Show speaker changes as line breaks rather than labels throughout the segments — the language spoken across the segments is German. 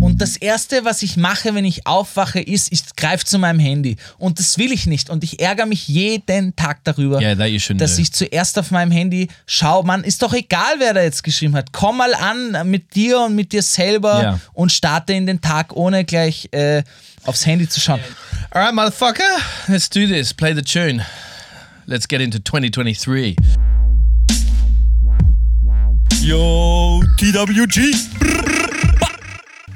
Und das Erste, was ich mache, wenn ich aufwache, ist, ich greife zu meinem Handy. Und das will ich nicht. Und ich ärgere mich jeden Tag darüber,
Ja, da ist schon
dass
eine-
ich zuerst auf meinem Handy schaue. Mann, ist doch egal, wer da jetzt geschrieben hat. Komm mal an mit dir und mit dir selber
Ja.
und starte in den Tag, ohne gleich äh, aufs Handy zu schauen.
All right, motherfucker, let's do this. Play the tune. Let's get into 2023.
Yo, TWG. Brr, brr, ba.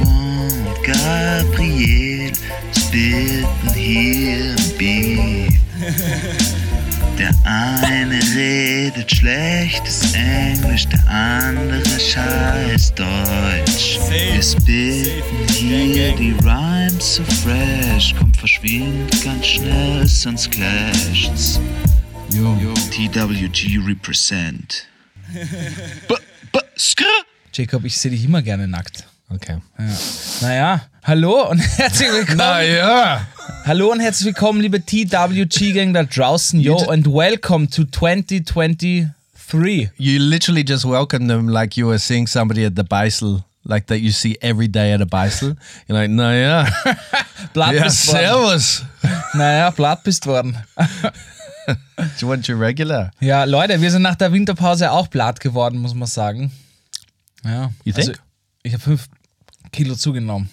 und Gabriel spitten hier im Beat. Der eine redet schlechtes Englisch, der andere scheiß Deutsch. Wir spitten hier die Rhymes so fresh, kommt verschwind ganz schnell, sonst clasht's. TWG represent. B b skr.
Jacob, ich sehe dich immer gerne nackt.
Okay.
Naja, hallo und herzlich willkommen.
Naja.
Hallo und herzlich willkommen, liebe TWG-Gang da draußen. Yo, and welcome to 2023.
You literally just welcome them like you were seeing somebody at the Beisel, like that you see every day at a Beisel. You're like, naja.
Blatt
yeah,
bist worden.
servus.
Naja, blatt bist worden.
Do you want your regular?
Ja, Leute, wir sind nach der Winterpause auch blatt geworden, muss man sagen. Ja. also,
You think?
ich habe fünf Kilo zugenommen.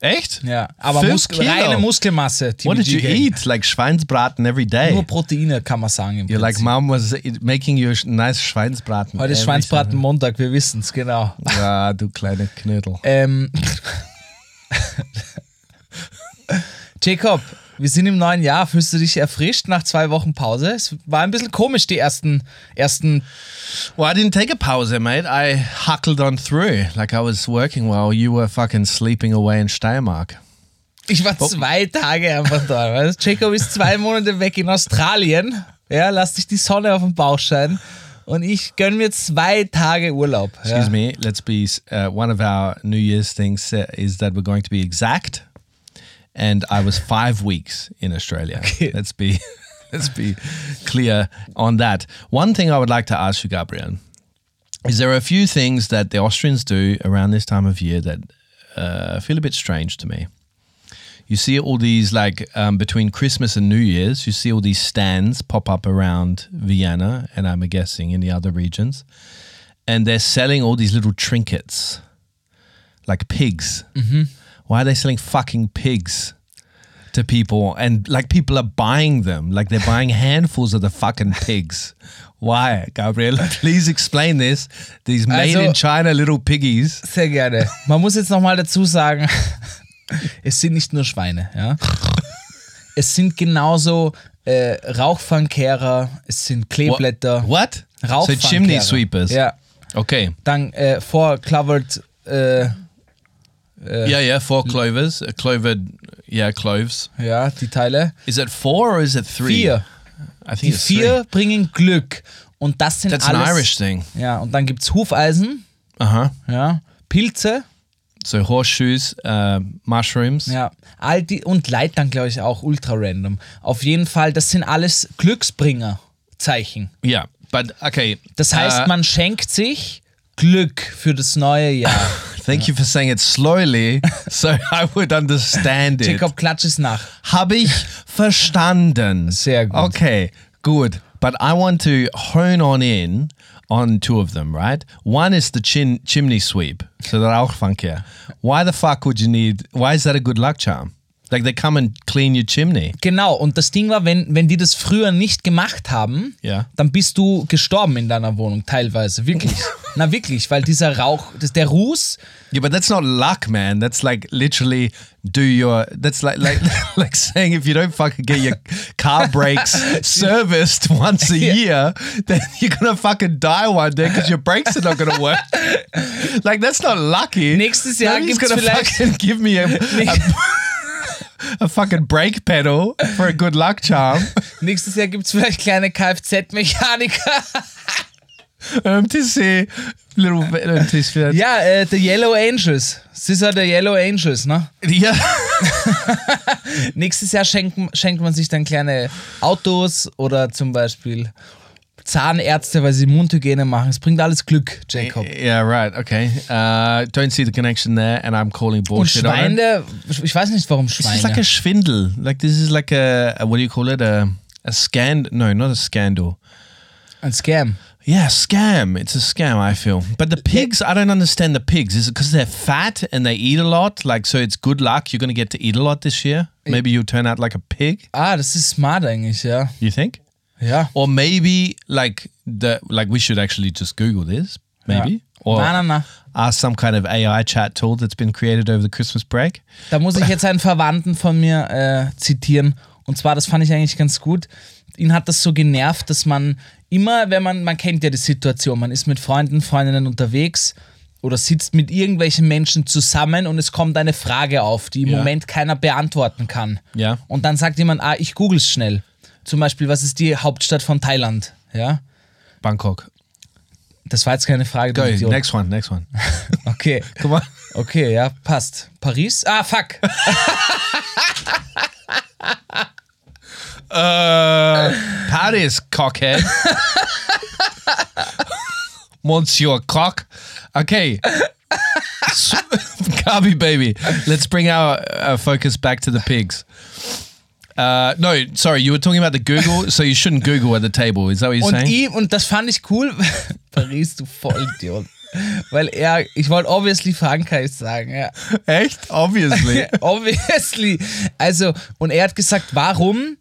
Echt?
Ja, aber
Fünf
Muskel,
Kilo?
reine Muskelmasse. TWG
What did you eat? Like Schweinsbraten every day.
Nur Proteine, kann man sagen. Im
You're like,
Prinzip.
mom was it- making you a nice Oh, Schweinsbraten.
Heute ist
every
Schweinsbraten Montag, wir wissen's, genau.
Sunday. Ja, du kleine Knödel.
Ähm. Jacob, wir sind im neuen Jahr. Fühlst du dich erfrischt nach zwei Wochen Pause? Es war ein bisschen komisch, die ersten, ersten
Well, I didn't take a pause, mate. I huckled on through. Like I was working while you were fucking sleeping away in Steiermark.
Ich
Oh.
war zwei Tage einfach da. Weißt? Jacob ist zwei Monate weg in Australien. Ja, lass dich die Sonne auf den Bauch scheinen. Und ich gönn mir zwei Tage Urlaub.
Excuse
ja.
me. Let's be. Uh, one of our New Year's things uh, is that we're going to be exact, and I was five weeks in Australia. Let's be. Let's be clear on that. One thing I would like to ask you, Gabriel, is there are a few things that the Austrians do around this time of year that uh, feel a bit strange to me. You see all these like um, between Christmas and New Year's, you see all these stands pop up around Vienna, and I'm guessing in the other regions and they're selling all these little trinkets, like pigs. Mm-hmm. Why are they selling fucking pigs to people? And like people are buying them, like they're buying handfuls of the fucking pigs. Why, Gabriel? Please explain this. These made
Also-
in China little piggies.
Sehr gerne. Man muss jetzt nochmal dazu sagen, es sind nicht nur Schweine. Ja? Es sind genauso äh, Rauchfangkehrer, es sind
Wha-
Kleeblätter,
What? So
Rauchfangkehrer.
chimney sweepers.
Ja,
Okay.
dann äh, vorklappert, äh,
yeah, yeah. Four clovers. A clovered. Yeah, cloves.
ja, die Teile.
Is it four or is it three?
Vier.
I
Die
think it's
vier
three.
bringen Glück. Und das sind
That's an
alles.
Irish thing.
Ja, und dann gibt es Hufeisen,
Uh huh.
ja, Pilze,
So horseshoes, uh, mushrooms.
ja, all die und Leitern, glaube ich, auch ultra random. Auf jeden Fall, das sind alles Glücksbringer-Zeichen.
Yeah, but okay.
Das heißt,
uh,
man schenkt sich Glück für das neue Jahr.
thank you for saying it slowly, so I would understand it.
Jacob, klatsch es nach.
Habe ich verstanden?
Sehr gut.
Okay, good. But I want to hone on in on two of them, right? One is the chin chimney sweep, so the Rauchfunk here. Why the fuck would you need? Why is that a good luck charm? Like they come and clean your chimney.
Genau, und das Ding war, wenn, wenn die das früher nicht gemacht haben,
Ja.
dann bist du gestorben in deiner Wohnung, teilweise, wirklich. Na wirklich, weil dieser Rauch, das, der Ruß,
Yeah, but that's not luck, man. That's like literally do your. That's like like like saying if you don't fucking get your car brakes serviced once a year, then you're gonna fucking die one day because your brakes are not gonna work. like that's not lucky.
Nächstes Jahr
Nobody's
gibt's
gonna
vielleicht-
fucking give me a. a A fucking brake pedal for a good luck charm.
nächstes Jahr gibt es vielleicht kleine Kfz-Mechaniker.
MTC, Um, little bit um, MTC.
Ja, äh, The Yellow Angels. Sie sind The Yellow Angels, ne?
yeah.
Nächstes Jahr schenken, schenkt man sich dann kleine Autos oder zum Beispiel Zahnärzte, weil sie Mundhygiene machen. Es bringt alles Glück, Jacob.
Yeah, right. Okay. Uh, don't see the connection there, and I'm calling
Und
bullshit on it.
Schweine, ich weiß nicht, warum
This is like a
Schweine.
schwindel. Like this is like a, a- what do you call it? A a scand? No, not a scandal.
Ein Scam.
Yeah, scam. It's a scam. I feel. But the pigs, I don't understand the pigs. Is it because they're fat and they eat a lot? Like, so it's good luck. You're gonna get to eat a lot this year. Maybe you'll turn out like a pig.
Ah, das ist smart eigentlich, ja.
You think?
Ja.
Or maybe like the like we should actually just Google this. Maybe. Or
Na, na, na.
ask some kind of AI chat tool that's been created over the Christmas break.
Da muss ich jetzt einen Verwandten von mir äh, zitieren. Und zwar, das fand ich eigentlich ganz gut. Ihn hat das so genervt, dass man immer, wenn man, man kennt ja die Situation, man ist mit Freunden, Freundinnen unterwegs oder sitzt mit irgendwelchen Menschen zusammen und es kommt eine Frage auf, die im
Ja.
Moment keiner beantworten kann.
Ja.
Und dann sagt jemand, ah, ich google's schnell. Zum Beispiel, was ist die Hauptstadt von Thailand? Ja.
Bangkok.
Das war jetzt keine Frage. du
Go,
Idiot.
next one, next one.
Okay.
Come on.
Okay, ja, passt. Paris? Ah, fuck.
Uh, Paris, cockhead. Monsieur cock. Okay. S- Gabi, baby. Let's bring our uh, focus back to the pigs. Uh, no, sorry, you were talking about the Google, so you shouldn't Google at the table. Is that what you're
Und
saying?
ihm, und das fand ich cool, Paris, du Vollidiot. Weil er, ich wollte obviously Frankreich sagen, ja.
Echt? Obviously.
Obviously. Also, und er hat gesagt, warum?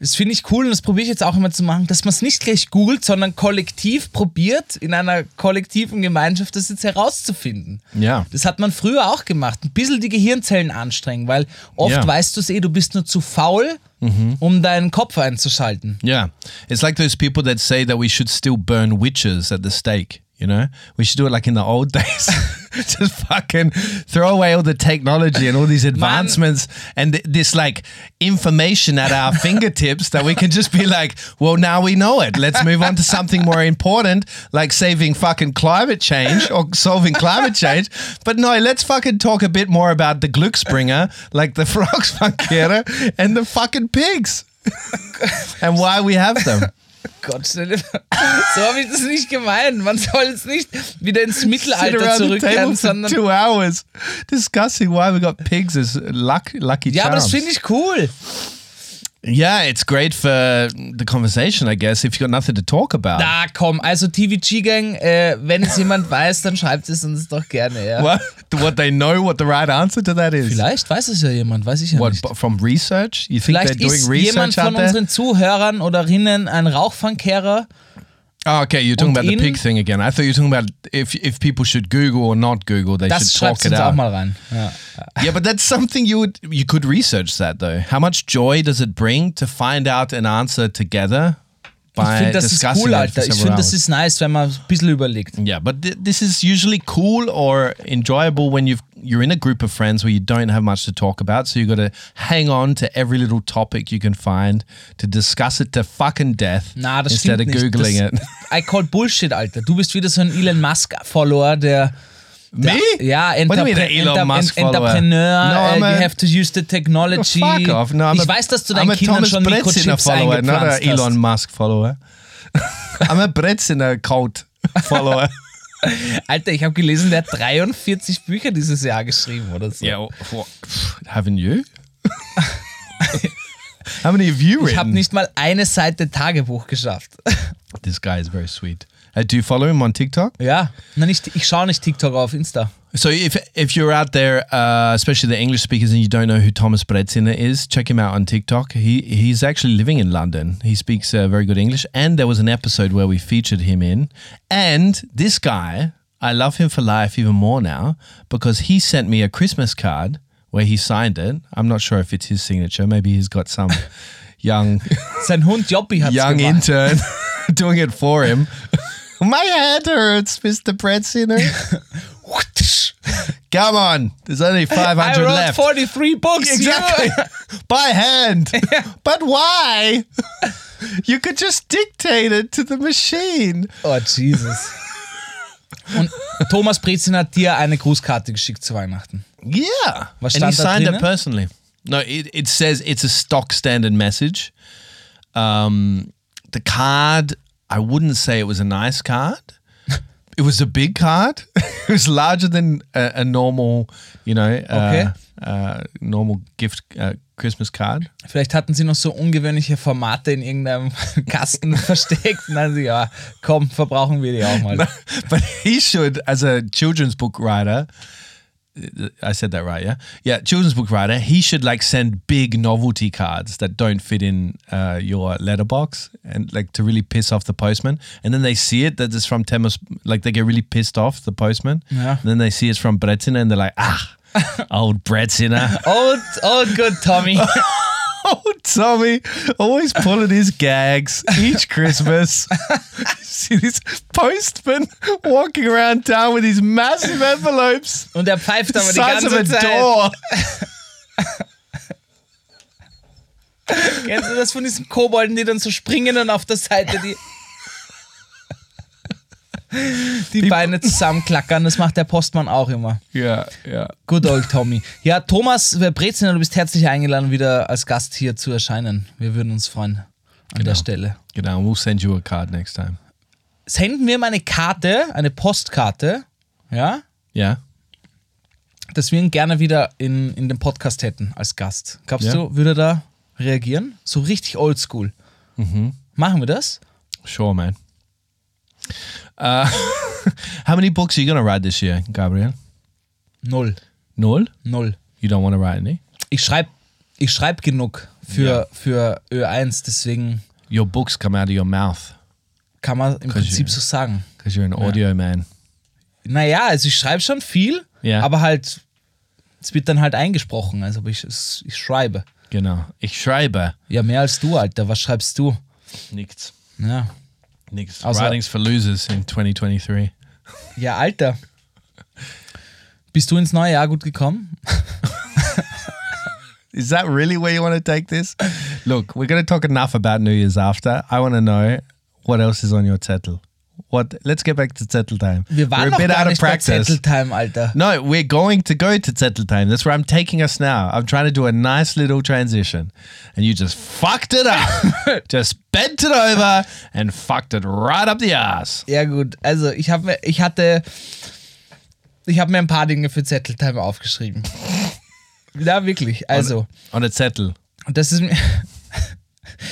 Das finde ich cool und das probiere ich jetzt auch immer zu machen, dass man es nicht gleich googelt, sondern kollektiv probiert, in einer kollektiven Gemeinschaft das jetzt herauszufinden.
Ja.
Das hat man früher auch gemacht. Ein bisschen die Gehirnzellen anstrengen, weil oft
Ja. Mhm.
weißt du es eh, du bist nur zu faul, um deinen Kopf einzuschalten.
Yeah. It's like those people that say that we should still burn witches at the stake, you know? We should do it like in the old days. Just fucking throw away all the technology and all these advancements and th- this like information at our fingertips that we can just be like, well, now we know it. Let's move on to something more important, like saving fucking climate change or solving climate change. But no, let's fucking talk a bit more about the Glücksbringer, like the frogs funkera and the fucking pigs and why we have them.
Gott, stell dir- so habe ich das nicht gemeint. Man soll jetzt nicht wieder ins Mittelalter zurückkehren, sondern.
two hours discussing why we got pigs as luck, lucky
Ja, aber das
charms.
finde ich cool.
yeah, it's great for the conversation, I guess, if you got nothing to talk about.
Da komm, also TVG-Gang, äh, wenn es jemand weiß, dann schreibt es uns doch gerne, ja.
What? What they know what the right answer to that is?
Vielleicht weiß es ja jemand, weiß ich ja
What
nicht.
b- from research? You think
Vielleicht
they're doing
ist jemand
research out
von
there?
unseren Zuhörern oder Rinnen ein Rauchfangkehrer.
Oh, okay, you're talking
Und
about the
ihn-
pig thing again. I thought you were talking about if if people should Google or not Google, they
Das
should talk
schreibt
it
uns auch
out.
mal rein. Ja.
yeah, but that's something you would you could research that though. How much joy does it bring to find out an answer together by
Ich finde, das ist
discussing
cool,
it
Alter.
for
Ich
several
finde, das
hours?
ist nice, wenn man ein bisschen überlegt.
yeah, but th- this is usually cool or enjoyable when you've you're in a group of friends where you don't have much to talk about, so you got to hang on to every little topic you can find to discuss it to fucking death
Na, das
instead of
stimmt nicht.
googling
das,
it.
I call Bullshit, Alter. Du bist wieder so ein Elon Musk-Follower, der
Me?
Ja,
What do you mean,
Entrepre
an Elon
Enter-
Musk
en-
follower?
Entrepreneur,
No,
äh,
I'm
you
a-
have to use the technology.
Fuck off. No, I'm
Äh, ich
a-
weiß, dass du
I'm
deinen
a
Kindern
Thomas
schon
Brezina
Mikrochips
follower, not
eingepflanzt
an ne, Elon
hast.
Musk follower. I'm a Brezina cult follower.
Alter, ich habe gelesen, der hat 43 Bücher dieses Jahr geschrieben oder so.
Yeah, well,
oh.
what- haven't you? How many have you
Ich habe
written?
nicht mal eine Seite Tagebuch geschafft.
This guy is very sweet. Uh, do you follow him on TikTok?
ja, na nicht, ich schaue nicht TikTok auf Insta.
So if if you're out there, uh, especially the English speakers, and you don't know who Thomas Brezina is, check him out on TikTok. He he's actually living in London. He speaks uh, very good English, and there was an episode where we featured him in. And this guy, I love him for life even more now because he sent me a Christmas card where he signed it. I'm not sure if it's his signature. Maybe he's got some young
Sein Hund Joppi hat
young
gemacht.
intern doing it for him. My head hurts, Mr. Brezina. Come on, there's only 500
I wrote
left.
43 books.
exactly. By hand. But why? you could just dictate it to the machine.
Oh, Jesus. Und Thomas Brezina hat dir eine Grußkarte geschickt zu Weihnachten.
Yeah.
Was
and
stand da
he signed
drin?
it personally. No, it, it says it's a stock standard message. Um, the card, I wouldn't say it was a nice card. It was a big card. it was larger than a, a normal, you know,
Okay.
uh, uh, normal gift uh, Christmas card.
Vielleicht hatten sie noch so ungewöhnliche Formate in irgendeinem Kasten versteckt. Und dann sie, ja, komm, verbrauchen wir die auch mal.
but he should, as a children's book writer, I said that right, yeah, yeah, children's book writer, he should like send big novelty cards that don't fit in uh, your letterbox and like to really piss off the postman. And then they see it that it's from Temus, like they get really pissed off the postman.
Yeah.
And then they see it's from Bretzina and they're like, ah, old Bretzina.
Old, old good Tommy.
Oh, Tommy, always pulling his gags each Christmas. See this postman walking around town with these massive envelopes,
Und er pfeift
the
aber die
size of
ganze
a
Zeit.
door.
Kennst du das von diesen Kobolden, die dann so springen und auf der Seite die, die Beine zusammenklackern? Das macht der Postmann auch immer.
Yeah, yeah.
Good old Tommy. Ja, Thomas Brezina, du bist herzlich eingeladen, wieder als Gast hier zu erscheinen. Wir würden uns freuen an der Stelle.
Good on. We'll send you a card next time.
Senden wir mal eine Karte, eine Postkarte, ja,
Yeah.
dass wir ihn gerne wieder in, in dem Podcast hätten als Gast. Glaubst
Ja.
du, würde er da reagieren? So richtig oldschool.
Mhm.
Machen wir das?
Sure, man. Uh, how many books are you going to write this year, Gabriel?
Null.
Null?
Null.
You don't want to write any?
Ich schreibe ich schreib genug für, für Ö1, deswegen
Your books come out of your mouth
kann man im
Kann ich-
Prinzip so sagen.
because you're an audio man.
Naja, also ich schreibe schon viel,
Ja.
aber halt, es wird dann halt eingesprochen. Also aber ich, es- ich schreibe.
Genau. Ich schreibe.
Ja, mehr als du, Alter. Was schreibst du?
Nichts.
Ja,
Nichts.
Also-
Writings for losers in 2023.
ja Alter. Bist du ins neue Jahr gut gekommen?
Is that really where you want to take this? Look, we're going to talk enough about New Year's after. I want to know what else is on your Zettel. What? Let's get back to Zettel time.
Wir waren
we're a
noch
bit
gar
out of
nicht bei
practice.
Zetteltime, Alter.
No, we're going to go to Zettel time. That's where I'm taking us now. I'm trying to do a nice little transition, and you just fucked it up. just bent it over and fucked it right up the ass.
Ja gut, also ich habe mir, ich hatte, ich habe mir ein paar Dinge für Zetteltime aufgeschrieben. ja, wirklich. Also,
on a Zettel.
Und das ist mir.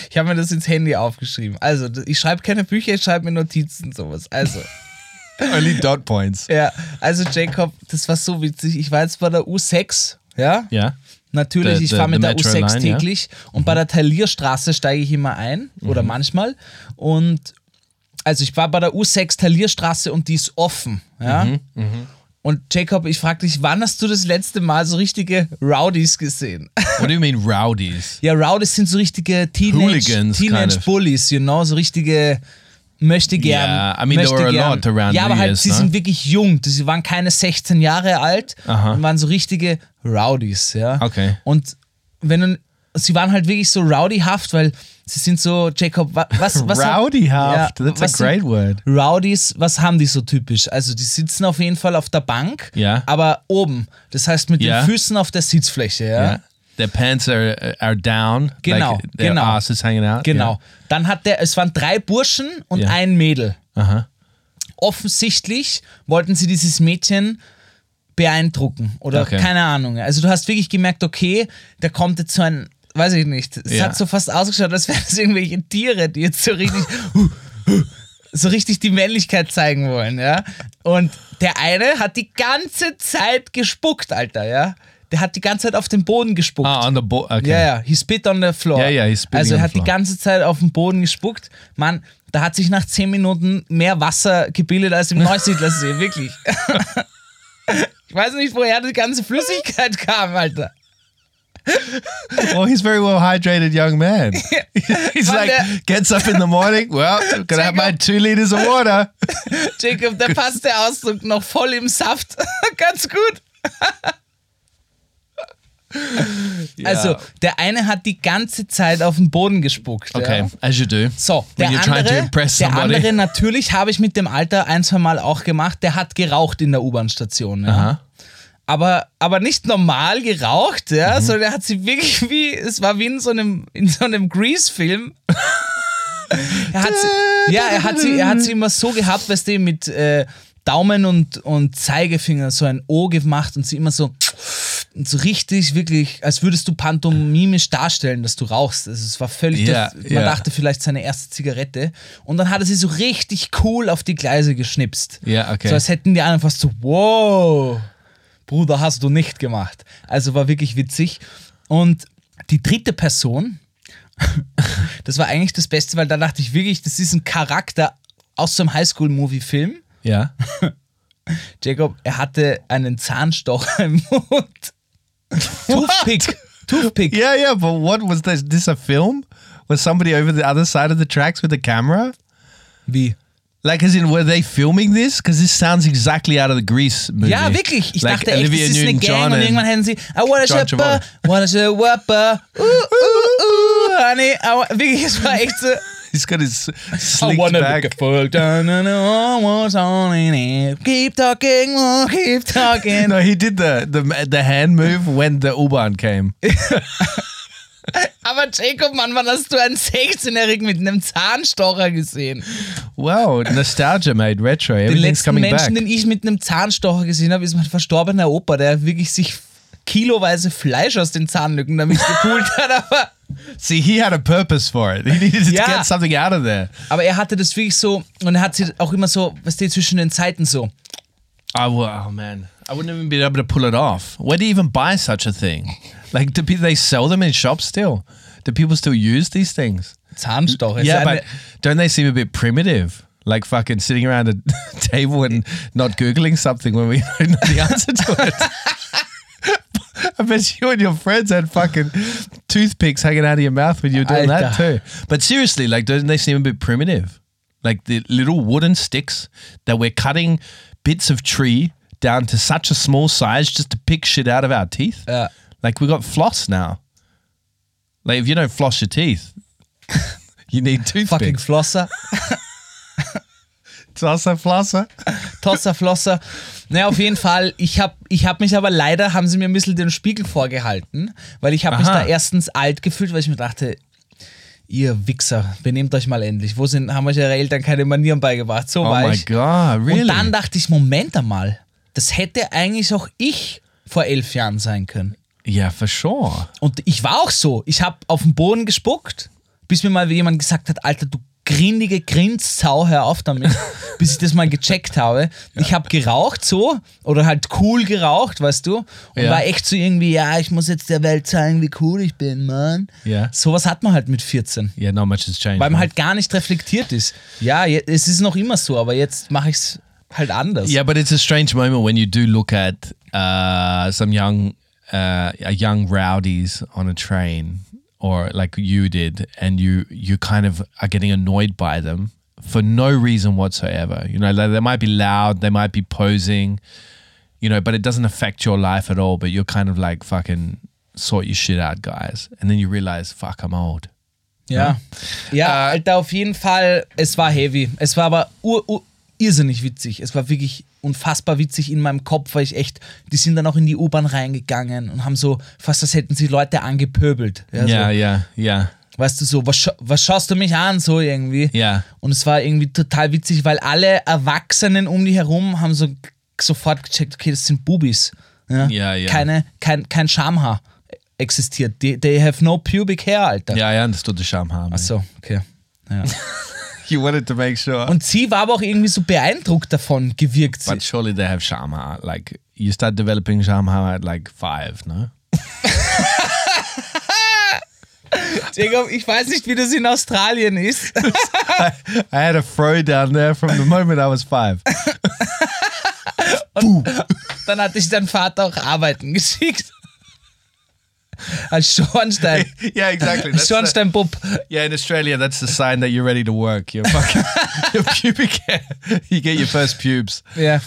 Ich habe mir das ins Handy aufgeschrieben. Also, d- ich schreibe keine Bücher, ich schreibe mir Notizen und sowas. Also,
Only dot points.
ja. Also, Jacob, das war so witzig. Ich war jetzt bei der U6, ja?
Yeah.
Natürlich,
The-
ich
the-
fahre mit
the
der
Metro
U6
Line, ja. Mhm.
täglich und bei der Talierstraße steige ich immer ein oder manchmal. Und also ich war bei der U6 Talierstraße und die ist offen. Ja?
Mhm,
Und Jacob, ich frage dich, wann hast du das letzte Mal so richtige Rowdies gesehen?
What do you mean rowdies?
Ja, Rowdies sind so richtige Teenage,
Hooligans,
Teenage
kind of.
Bullies, you know, so richtige möchte gern.
Yeah, I mean, there
möchte
were a
gern.
lot around
ja, aber halt,
Years,
sie
ne?
sind wirklich jung, sie waren keine 16 Jahre alt
Aha.
und waren so richtige Rowdies, ja.
Okay.
Und wenn du, sie waren halt wirklich so rowdyhaft, weil sie sind so, Jacob, wa- was, was
Rowdyhaft.
Ja,
That's a
was sind-
great word.
Rowdies, was haben die so typisch? Also die sitzen auf jeden Fall auf der Bank,
Ja.
aber oben. Das heißt mit
Ja.
den Füßen auf der Sitzfläche, ja.
Yeah. Their pants are are down.
Genau,
Like their
genau.
ass is hanging out.
Genau. Dann hat der, es waren drei Burschen und
Ja.
ein Mädel.
Yeah. Uh-huh.
Offensichtlich wollten sie dieses Mädchen beeindrucken oder
Okay.
keine Ahnung. Also du hast wirklich gemerkt, okay, da kommt jetzt so ein, weiß ich nicht, es
Ja.
hat so fast ausgeschaut, als wären es irgendwelche Tiere, die jetzt so richtig so richtig die Männlichkeit zeigen wollen, ja. Und der eine hat die ganze Zeit gespuckt, Alter, ja. Der hat die ganze Zeit auf den Boden gespuckt.
Ah, on the boat. Okay.
Ja, ja, he spit on the floor.
Ja, ja, he spitting
Also
on
er
the
hat die
floor.
ganze Zeit auf den Boden gespuckt. Mann, da hat sich nach 10 Minuten mehr Wasser gebildet als im Neusiedlersee, wirklich. ich weiß nicht, woher die ganze Flüssigkeit kam, Alter.
Well, Oh, he's a very well hydrated young man. he's
Well,
like
the-
gets up in the morning. Well, gonna have my two liters of water.
Jacob, da passt der Ausdruck noch voll im Saft. Ganz gut. Also, der eine hat die ganze Zeit auf den Boden gespuckt.
Okay,
Ja.
as you do.
So, der
when you're trying to
andere,
impress
der
somebody.
andere natürlich habe ich mit dem Alter ein, zwei Mal auch gemacht, der hat geraucht in der U-Bahn-Station. Ja.
Aha.
Aber, aber nicht normal geraucht, ja,
Mhm.
sondern er hat sie wirklich wie, es war wie in so einem, in so einem Grease-Film. er hat sie, ja, er hat, sie, er hat sie immer so gehabt, weißt du, mit äh, Daumen und, und Zeigefinger so ein O gemacht und sie immer so, und so richtig, wirklich, als würdest du pantomimisch darstellen, dass du rauchst. Also es war völlig,
Ja,
das, man
ja.
dachte vielleicht seine erste Zigarette. Und dann hat er sie so richtig cool auf die Gleise geschnipst.
Ja, okay.
So als hätten die anderen fast so, wow, Bruder, hast du nicht gemacht. Also war wirklich witzig. Und die dritte Person, das war eigentlich das Beste, weil da dachte ich wirklich, das ist ein Charakter aus so einem Highschool-Movie-Film.
Yeah.
Jacob, er hatte einen Zahnstocher im Mund. Toothpick. Toothpick.
Yeah, yeah, but what was this? This a film? Was somebody over the other side of the tracks with a camera?
Wie?
Like, as in, were they filming this? Because this sounds exactly out of the Grease movie.
Ja, wirklich. Ich
like
dachte echt, das ist eine Gang und irgendwann hätten sie I wanna
John
shopper,
Travolta.
wanna shopper, uh, uh, uh, honey. I wa- Wirklich, es war echt so.
He's got his slicked back.
fuck. I don't know what's on in it. Keep talking, oh, keep talking.
No, he did the, the the hand move when the U-Bahn came.
Aber Jacob, Mann, wann hast du einen 16-Jährigen mit einem Zahnstocher gesehen?
Wow, nostalgia, made Retro.
Den
Everything's
letzten
coming
Menschen,
back.
den ich mit einem Zahnstocher gesehen habe, ist mein verstorbener Opa, der wirklich sich kiloweise Fleisch aus den Zahnlücken damit gepult hat. Aber,
See, he had a purpose for it. He needed
Yeah.
to get something out of there.
aber er hatte das wirklich so und er hat sie auch immer so, was steht zwischen den Zeiten so.
I w- oh man, I wouldn't even be able to pull it off. Where do you even buy such a thing? Like, do pe- they sell them in shops still? Do people still use these things?
Zahnstocher.
yeah,
ist eine,
but don't they seem a bit primitive? Like fucking sitting around a table and not googling something when we don't know the answer to it. I bet you and your friends had fucking toothpicks hanging out of your mouth when you were doing that
Alter.
too. But seriously, like, don't they seem a bit primitive? Like the little wooden sticks that we're cutting bits of tree down to such a small size just to pick shit out of our teeth.
Yeah.
Like we got floss now. Like if you don't floss your teeth, you need
fucking
toothpicks.
Flosser.
Flosser, flosser.
Tosser, Flosser. Naja, auf jeden Fall. Ich habe ich hab mich aber leider, haben sie mir ein bisschen den Spiegel vorgehalten, weil ich habe mich
Aha.
da erstens alt gefühlt, weil ich mir dachte, ihr Wichser, benehmt euch mal endlich. Wo sind, haben euch eure Eltern keine Manieren beigebracht? So
Oh
war
my
ich.
god, really?
Und dann dachte ich, Moment einmal, das hätte eigentlich auch ich vor elf Jahren sein können.
yeah, for sure.
Und ich war auch so. Ich habe auf den Boden gespuckt, bis mir mal jemand gesagt hat, Alter, du grindige Grinssau, hör auf damit, bis ich das mal gecheckt habe. Ich habe geraucht so oder halt cool geraucht, weißt du, und
Ja.
war echt so irgendwie, ja, ich muss jetzt der Welt zeigen, wie cool ich bin, Mann.
Ja.
Sowas hat man halt mit 14,
Yeah, not much has changed.
weil man
man.
halt gar nicht reflektiert ist. Ja, je- es ist noch immer so, aber jetzt mache ich es halt anders.
Yeah, but it's a strange moment when you do look at uh, some young, uh, a young rowdies on a train, or like you did, and you you kind of are getting annoyed by them for no reason whatsoever. You know, like they might be loud, they might be posing, you know, but it doesn't affect your life at all. But you're kind of like fucking sort your shit out, guys, and then you realize, fuck, I'm old.
Ja. Ja, Alter, auf jeden Fall, es war heavy. Es war aber ur, ur, irrsinnig witzig. Es war wirklich unfassbar witzig in meinem Kopf, weil ich echt, die sind dann auch in die U-Bahn reingegangen und haben so, fast als hätten sie Leute angepöbelt. Ja, so,
yeah, yeah, yeah,
Weißt du, so, was, scha- was schaust du mich an, so irgendwie.
yeah.
Und es war irgendwie total witzig, weil alle Erwachsenen um die herum haben so g- sofort gecheckt, okay, das sind Bubis. Ja,
Ja, ja.
Keine, kein, kein Schamhaar existiert. They, they have no pubic hair, Alter.
Yeah, I understood the sham harm.
Ach so, okay. Ja.
you wanted to make sure.
Und sie war aber auch irgendwie so beeindruckt davon gewirkt.
But surely they have Sharma. Like you start developing Sharma at like five, no?
Jacob, ich weiß nicht, wie das in Australien ist.
I had a fro down there from the moment I was five.
Dann hatte ich deinen Vater auch arbeiten geschickt. Als Schornstein.
yeah, exactly. That's the-
Schornsteinbub.
yeah, in Australia, that's the sign that you're ready to work. Your fucking your pubic hair. You get your first pubes.
Ja.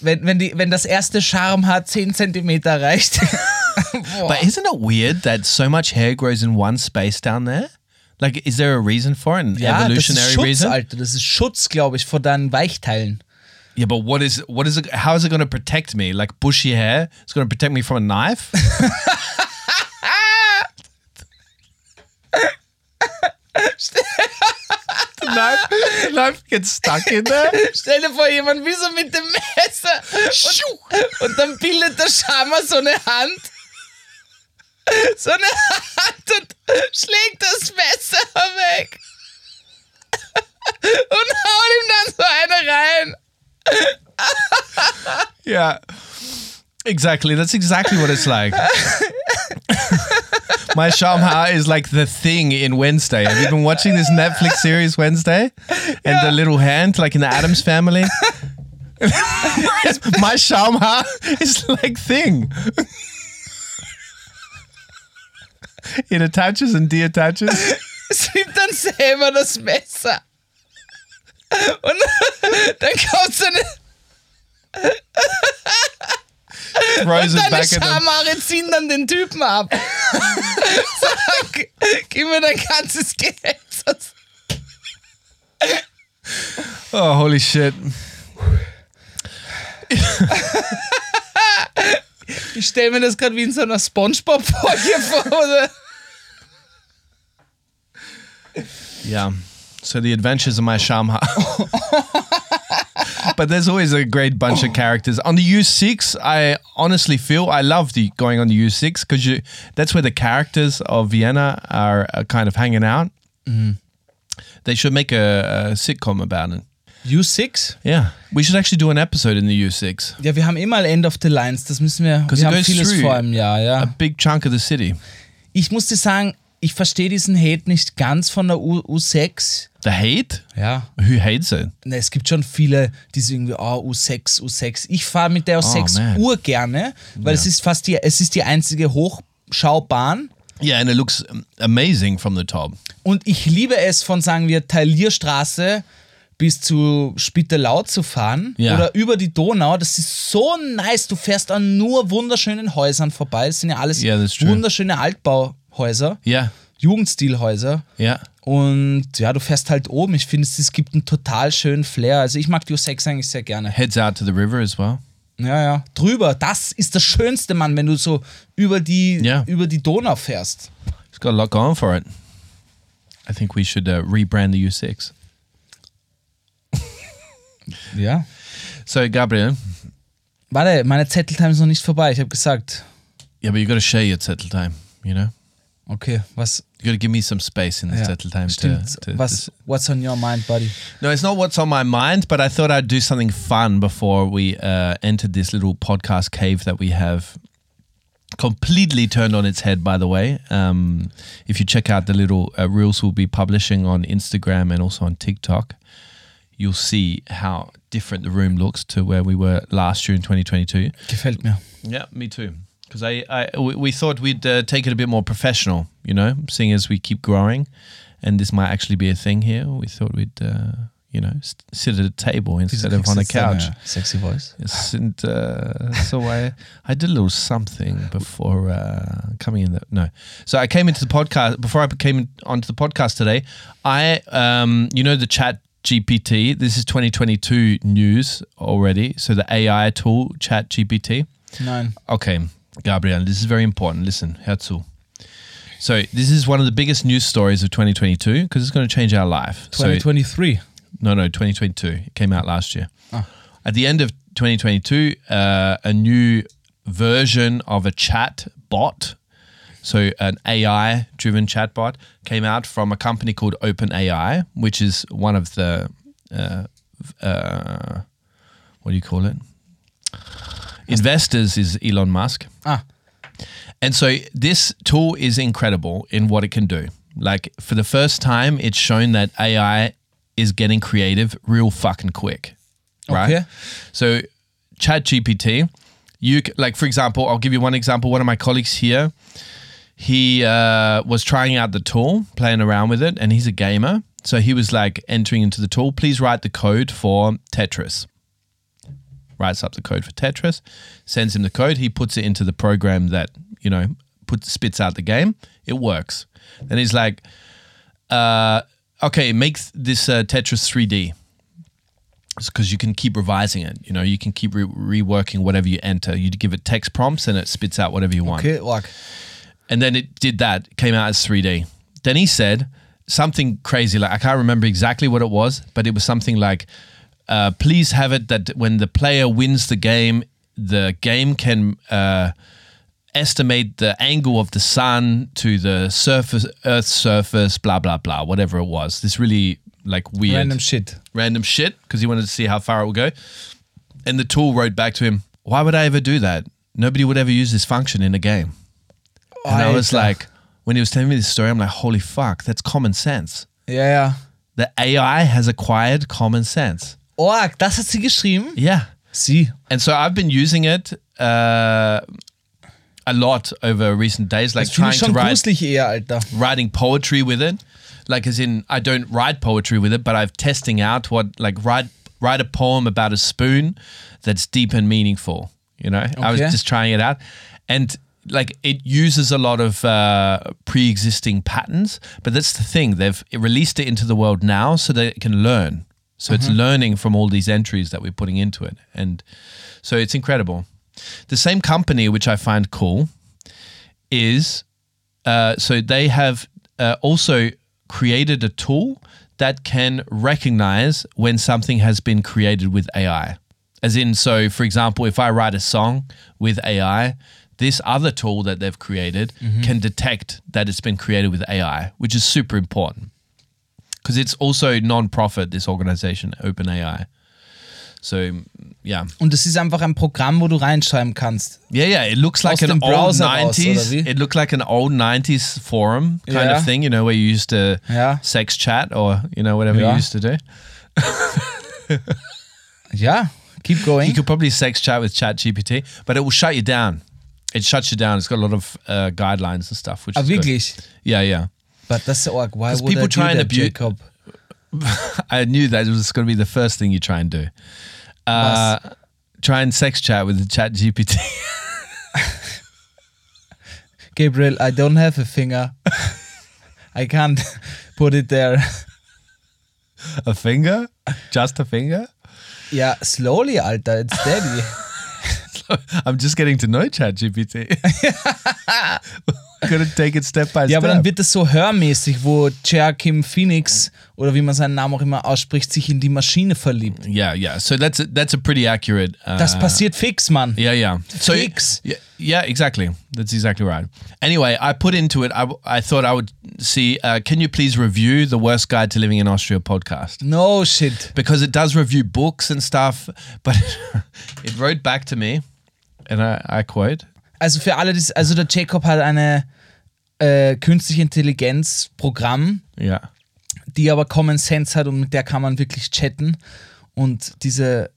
Wenn, wenn, die, wenn das erste Schamhaar 10 cm reicht.
But isn't it weird that so much hair grows in one space down there? Like, is there a reason for it? An
Ja, das ist
evolutionary
Schutz,
reason?
Alter. Das ist Schutz, glaube ich, vor deinen Weichteilen.
Yeah, but what is what is it? How is it going to protect me? Like bushy hair, it's going to protect me from a knife. the knife, the knife gets stuck in there.
Stell dir vor, jemand wie so mit dem Messer. Und, und dann bildet der Schama so eine Hand. So eine Hand und schlägt das Messer weg. Und haut ihm dann so eine rein.
Yeah, exactly. That's exactly what it's like. My Shamha is like the thing in Wednesday. Have you been watching this Netflix series Wednesday? And the little hand, like in the Adams family. My Shamha is like thing. It attaches and deattaches.
Es nimmt dann selber das Messer. Und dann kommt so eine,
Throws it
deine
back at them.
Schamhaare ziehen dann den Typen ab. Sag, gib mir dein ganzes Geld. sonst-
Oh, holy shit.
Ich stelle mir das gerade wie in so einer Spongebob-Folge vor. Oder?
Yeah. So the adventures of my Shamha. but there's always a great bunch of characters on the U6. I honestly feel I love the going on the U6 because you that's where the characters of Vienna are uh, kind of hanging out. They should make a, a sitcom about it.
U6?
Yeah, we should actually do an episode in the U6.
Ja, wir haben immer ein End of the Lines, das müssen wir.
'Cause
Wir
it
haben
goes
vieles
through
vor einem Jahr,
A
ja.
big chunk of the city.
Ich muss dir sagen, ich verstehe diesen Hate nicht ganz von der U U6.
The hate?
Ja.
Who hates it?
Na, es gibt schon viele, die so irgendwie, oh, U6, U6. Ich fahre mit der U6
Oh, man.
Uhr gerne, weil es ist fast die, es ist die einzige Hochschaubahn.
Yeah, and it looks um, amazing from the top.
Und ich liebe es, von, sagen wir, Talierstraße bis zu Spittelau zu fahren
Ja.
oder über die Donau. Das ist so nice. Du fährst an nur wunderschönen Häusern vorbei. Es sind ja alles
Ja, das ist true.
wunderschöne Altbauhäuser,
Yeah,
Jugendstilhäuser.
yeah.
Und ja, du fährst halt oben. Ich finde, es, es gibt einen total schönen Flair. Also ich mag die U6 eigentlich sehr gerne.
Heads out to the river as well.
Ja, ja. Drüber, das ist das Schönste, Mann, wenn du so über die,
Ja.
über die Donau fährst.
It's got a lot going for it. I think we should uh, rebrand the U6.
Ja.
So, Gabriel,
Warte, meine Zetteltime ist noch nicht vorbei. Ich habe gesagt,
yeah, but you got to share your settle time, you know?
okay, was,
You got to give me some space in this
Ja,
settle time. To,
Stimmt.
to-
was, what's on your mind, buddy?
no, it's not what's on my mind, but I thought I'd do something fun before we uh, entered this little podcast cave that we have. Completely turned on its head, by the way. Um, if you check out the little uh, reels we'll be publishing on Instagram and also on TikTok, you'll see how different the room looks to where we were last year in 2022.
Gefällt mir.
Yeah, me too. Because I, I, we we thought we'd uh, take it a bit more professional, you know, seeing as we keep growing, and this might actually be a thing here. We thought we'd, uh, you know, s sit at a table instead of on a couch.
Sexy voice.
Yes, and uh, so I, I did a little something before uh, coming in. The, no, so I came into the podcast before I came in, onto the podcast today. I, um, you know, the Chat GPT. This is 2022 news already. So the AI tool, Chat GPT.
Nein.
Okay, Gabriel, this is very important. Listen, hör zu. So this is one of the biggest news stories of 2022 because it's going to change our life. So
2023.
no, no, 2022. It came out last year. At the end of 2022, uh, a new version of a chat bot So an AI-driven chatbot came out from a company called OpenAI, which is one of the uh, uh, what do you call it? Investors is Elon Musk.
Ah,
And so this tool is incredible in what it can do. Like for the first time, it's shown that AI is getting creative real fucking quick. Right?
Okay.
So ChatGPT, you c- like for example, I'll give you one example. One of my colleagues here, he uh, was trying out the tool, playing around with it, and he's a gamer. So he was like entering into the tool, please write the code for Tetris writes up the code for Tetris, sends him the code. He puts it into the program that you know put spits out the game. It works. Then he's like, uh, "Okay, make th- this uh, Tetris 3D." Because you can keep revising it, you know, you can keep re- reworking whatever you enter. You give it text prompts and it spits out whatever you want.
okay, org.
And then it did that, it came out as 3D. Then he said something crazy, like I can't remember exactly what it was, but it was something like, uh, please have it that when the player wins the game, the game can uh, estimate the angle of the sun to the surface, Earth's surface, blah, blah, blah, whatever it was. This really like weird
Random shit.
random shit because he wanted to see how far it would go. And the tool wrote back to him, Why would I ever do that? Nobody would ever use this function in a game. And I was
Alter.
like, when he was telling me this story, I'm like, holy fuck, that's common sense.
Ja, ja.
The AI has acquired common sense.
Org, das hat sie geschrieben?
Yeah.
Sie.
And so I've been using it uh, a lot over recent days, like
Das finde
trying
ich
to
schon
write
gruselig eher, Alter.
writing poetry with it. Like as in I don't write poetry with it, but I've testing out what like write write a poem about a spoon that's deep and meaningful. You know? I was
Okay.
just trying it out. And like it uses a lot of uh, pre-existing patterns, but that's the thing. They've released it into the world now so that it can learn. So it's learning from all these entries that we're putting into it. And so it's incredible. The same company, which I find cool, is uh, so they have uh, also created a tool that can recognize when something has been created with AI. As in, so for example, if I write a song with AI, this other tool that they've created can detect that it's been created with AI, which is super important because it's also non-profit. This organization, OpenAI. So yeah,
Und es ist einfach ein Programm, wo du reinschreiben kannst.
yeah, yeah. It looks like
Aus
an
dem
old
Browser raus,
nineties.
oder wie?
It looked like an old nineties forum kind
eh? Yeah.
of thing, you know, where you used to
Yeah.
sex chat or you know whatever
Yeah.
you used to do.
Ja, keep
You
going.
could probably sex chat with Chat GPT, but it will shut you down. It shuts you down. It's got a lot of uh, guidelines and stuff. Which
Ah,
is good.
wirklich.
Yeah, yeah.
But that's org. Why
'Cause
would
people
I
try
do
and
that,
abuse-
Jacob?
I knew that was going to be the first thing you try and do. Uh, try and sex chat with the Chat GPT.
Gabriel, I don't have a finger. I can't put it there.
a finger, just a finger.
Ja, slowly, Alter, it's steady.
I'm just getting to know Chat GPT. Gonna take it step by
Ja,
step.
aber dann wird das so hörmäßig, wo Joaquin Phoenix oder wie man seinen Namen auch immer ausspricht, sich in die Maschine verliebt.
Yeah, yeah. So that's a, that's a pretty accurate. Uh,
Das passiert fix, Mann.
Yeah, yeah. So
Freaks.
Yeah, yeah, exactly. That's exactly right. Anyway, I put into it. I, w- I thought I would see. Uh, can you please review the worst guide to living in Austria podcast
No shit.
because it does review books and stuff. But it wrote back to me, and I, I quote.
Also für alle, die, also der Jacob hat eine äh, künstliche Intelligenz Programm,
Yeah.
die aber Common Sense hat und mit der kann man wirklich chatten. Und diese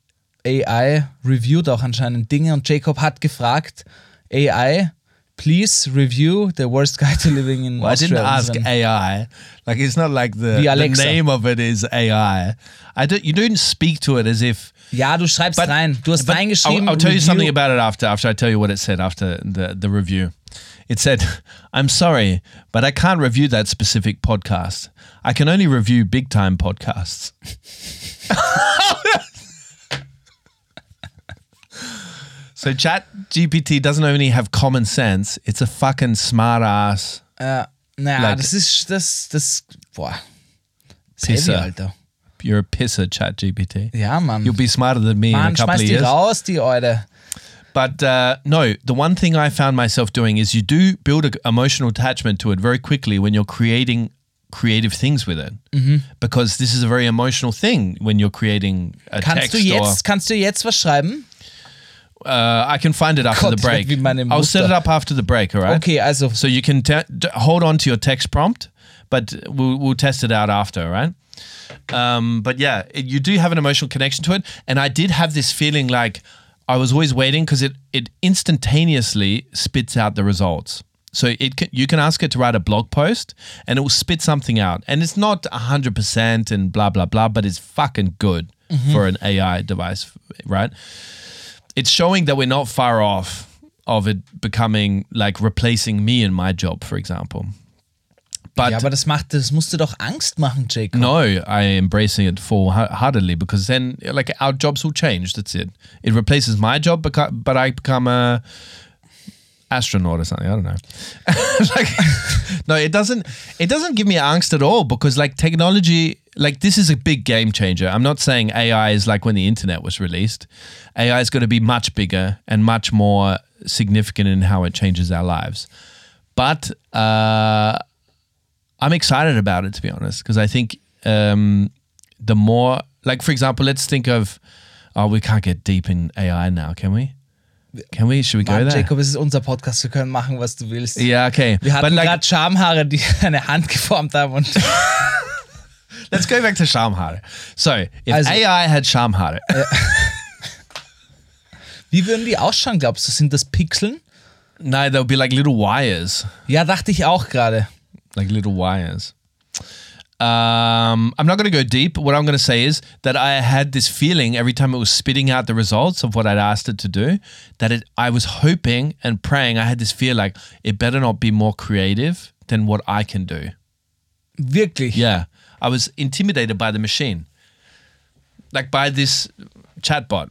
AI reviewt auch anscheinend Dinge und Jacob hat gefragt, AI, please review the worst guy to living in
I
Austria.
didn't ask
unseren-
AI. Like it's not like the,
The
the
Alexa.
name of it is AI. I don't. You don't speak to it as if.
ja, du schreibst
But-
rein. Du hast
but
reingeschrieben.
I'll, I'll tell you
review.
something about it after. After I tell you what it said after the the review, it said, "I'm sorry, but I can't review that specific podcast. I can only review big time podcasts." so Chat GPT doesn't only have common sense; it's a fucking smart ass.
Äh, naja,
Like-
das ist das, das, boah. Ist
Pisser.
Heavy, Alter.
You're a pisser, Chat GPT.
Ja, Mann.
You'll be smarter than me in
Mann,
a couple
schmeiß
of
die
years.
raus, die Eude.
But uh, no, the one thing I found myself doing is you do build an emotional attachment to it very quickly when you're creating creative things with it, mm-hmm. because this is a very emotional thing when you're creating a
Kannst
text.
du,
or,
jetzt, kannst du jetzt was schreiben?
uh, I can find it after
Gott,
the break.
wie meine
I'll set
Mutter.
it up after the break. All right.
Okay, also
So you can te- d- hold on to your text prompt, but we'll, we'll test it out after, all right? Um, but yeah, it, you do have an emotional connection to it, and I did have this feeling like I was always waiting because it it instantaneously spits out the results. So it can, you can ask it to write a blog post, and it will spit something out, and it's not hundred percent and blah blah blah, but it's fucking good for an AI device, right? it's showing that we're not far off of it becoming like replacing me in my job, for example. But
ja, aber das macht, das musste doch Angst machen, Jacob.
no, I am embracing it full-heartedly because then, like, our jobs will change. That's it. It replaces my job, beca- but I become a astronaut or something. I don't know. like, no, it doesn't. It doesn't give me angst at all because, like, technology, like, this is a big game changer. I'm not saying AI is like when the internet was released. AI is going to be much bigger and much more significant in how it changes our lives. But uh, I'm excited about it to be honest, because I think um, the more, like for example, let's think of, oh, we can't get deep in AI now, can we? Can we? Should we go
Mann,
there?
Jacob, es ist unser Podcast, wir können machen, was du willst.
Yeah, okay.
Wir
but
hatten
like,
gerade Schamhaare, die eine Hand geformt haben und
let's go back to Shamhare. So, if
Also-
AI had Shamhare,
Wie würden die ausschauen, glaubst du? Sind das Pixeln?
no, there would be like little wires,
Ja, dachte ich auch gerade.
like little wires. Um, I'm not going to go deep. What I'm going to say is that I had this feeling every time it was spitting out the results of what I'd asked it to do, that it, I was hoping and praying. I had this fear like it better not be more creative than what I can do.
Wirklich.
Yeah, I was intimidated by the machine, like by this chatbot,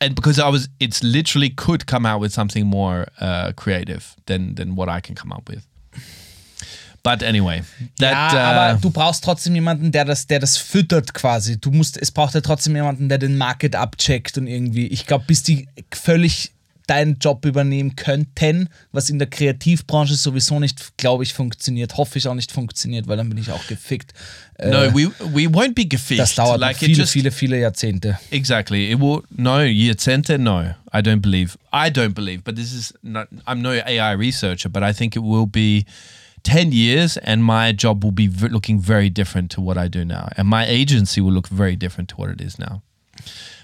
and because I was, it's literally could come out with something more uh, creative than than what I can come up with. But anyway,
ja,
that uh,
aber du brauchst trotzdem jemanden, der das, der das füttert quasi. Du musst, es braucht ja trotzdem jemanden, der den Market abcheckt und irgendwie, ich glaube, bis die völlig deinen Job übernehmen könnten, was in der Kreativbranche sowieso nicht, glaube ich, funktioniert. Hoffe ich auch nicht funktioniert, weil dann bin ich auch gefickt. Äh,
no, we we won't be gefiched.
das dauert noch
like it
viele,
just
viele, viele Jahrzehnte.
exactly. It will no Yacente. No, I don't believe. I don't believe. But this is not. I'm no AI researcher, but I think it will be. 10 years and my job will be v- looking very different to what I do now. And my agency will look very different to what it is now.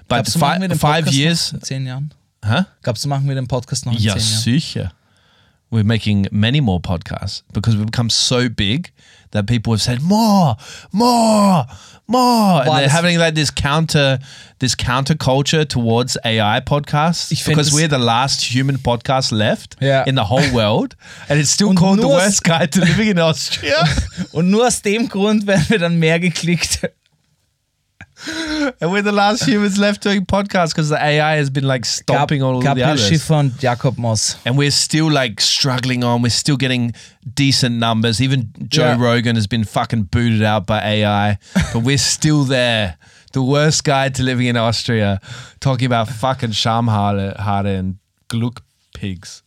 But
Glaubst du, machen wir
fi
den
five
Podcast
years,
Noch in zehn Jahren?
huh?
Glaubst du, machen wir den Podcast noch in
Yeah,
zehn Jahren?
sicher. We're making many more podcasts because we've become so big that people have said more, more, more, and
Wow,
they're
this-
having like this counter, this counterculture towards AI podcasts
Ich find
because
es-
we're the last human podcast left
Yeah.
in the whole world, and it's still
Und
called the
nur s-
worst guide to living in Austria.
Und nur aus dem Grund werden wir dann mehr geklickt.
And we're the last humans left doing podcasts because the AI has been like stopping all of the
Gabriel
others.
Schiffer und Jakob Moss.
And we're still like struggling on. We're still getting decent numbers. Even Joe
Yeah.
Rogan has been fucking booted out by AI, but we're still there. The worst guide to living in Austria, talking about fucking Schamhaare Haare and Gluck pigs.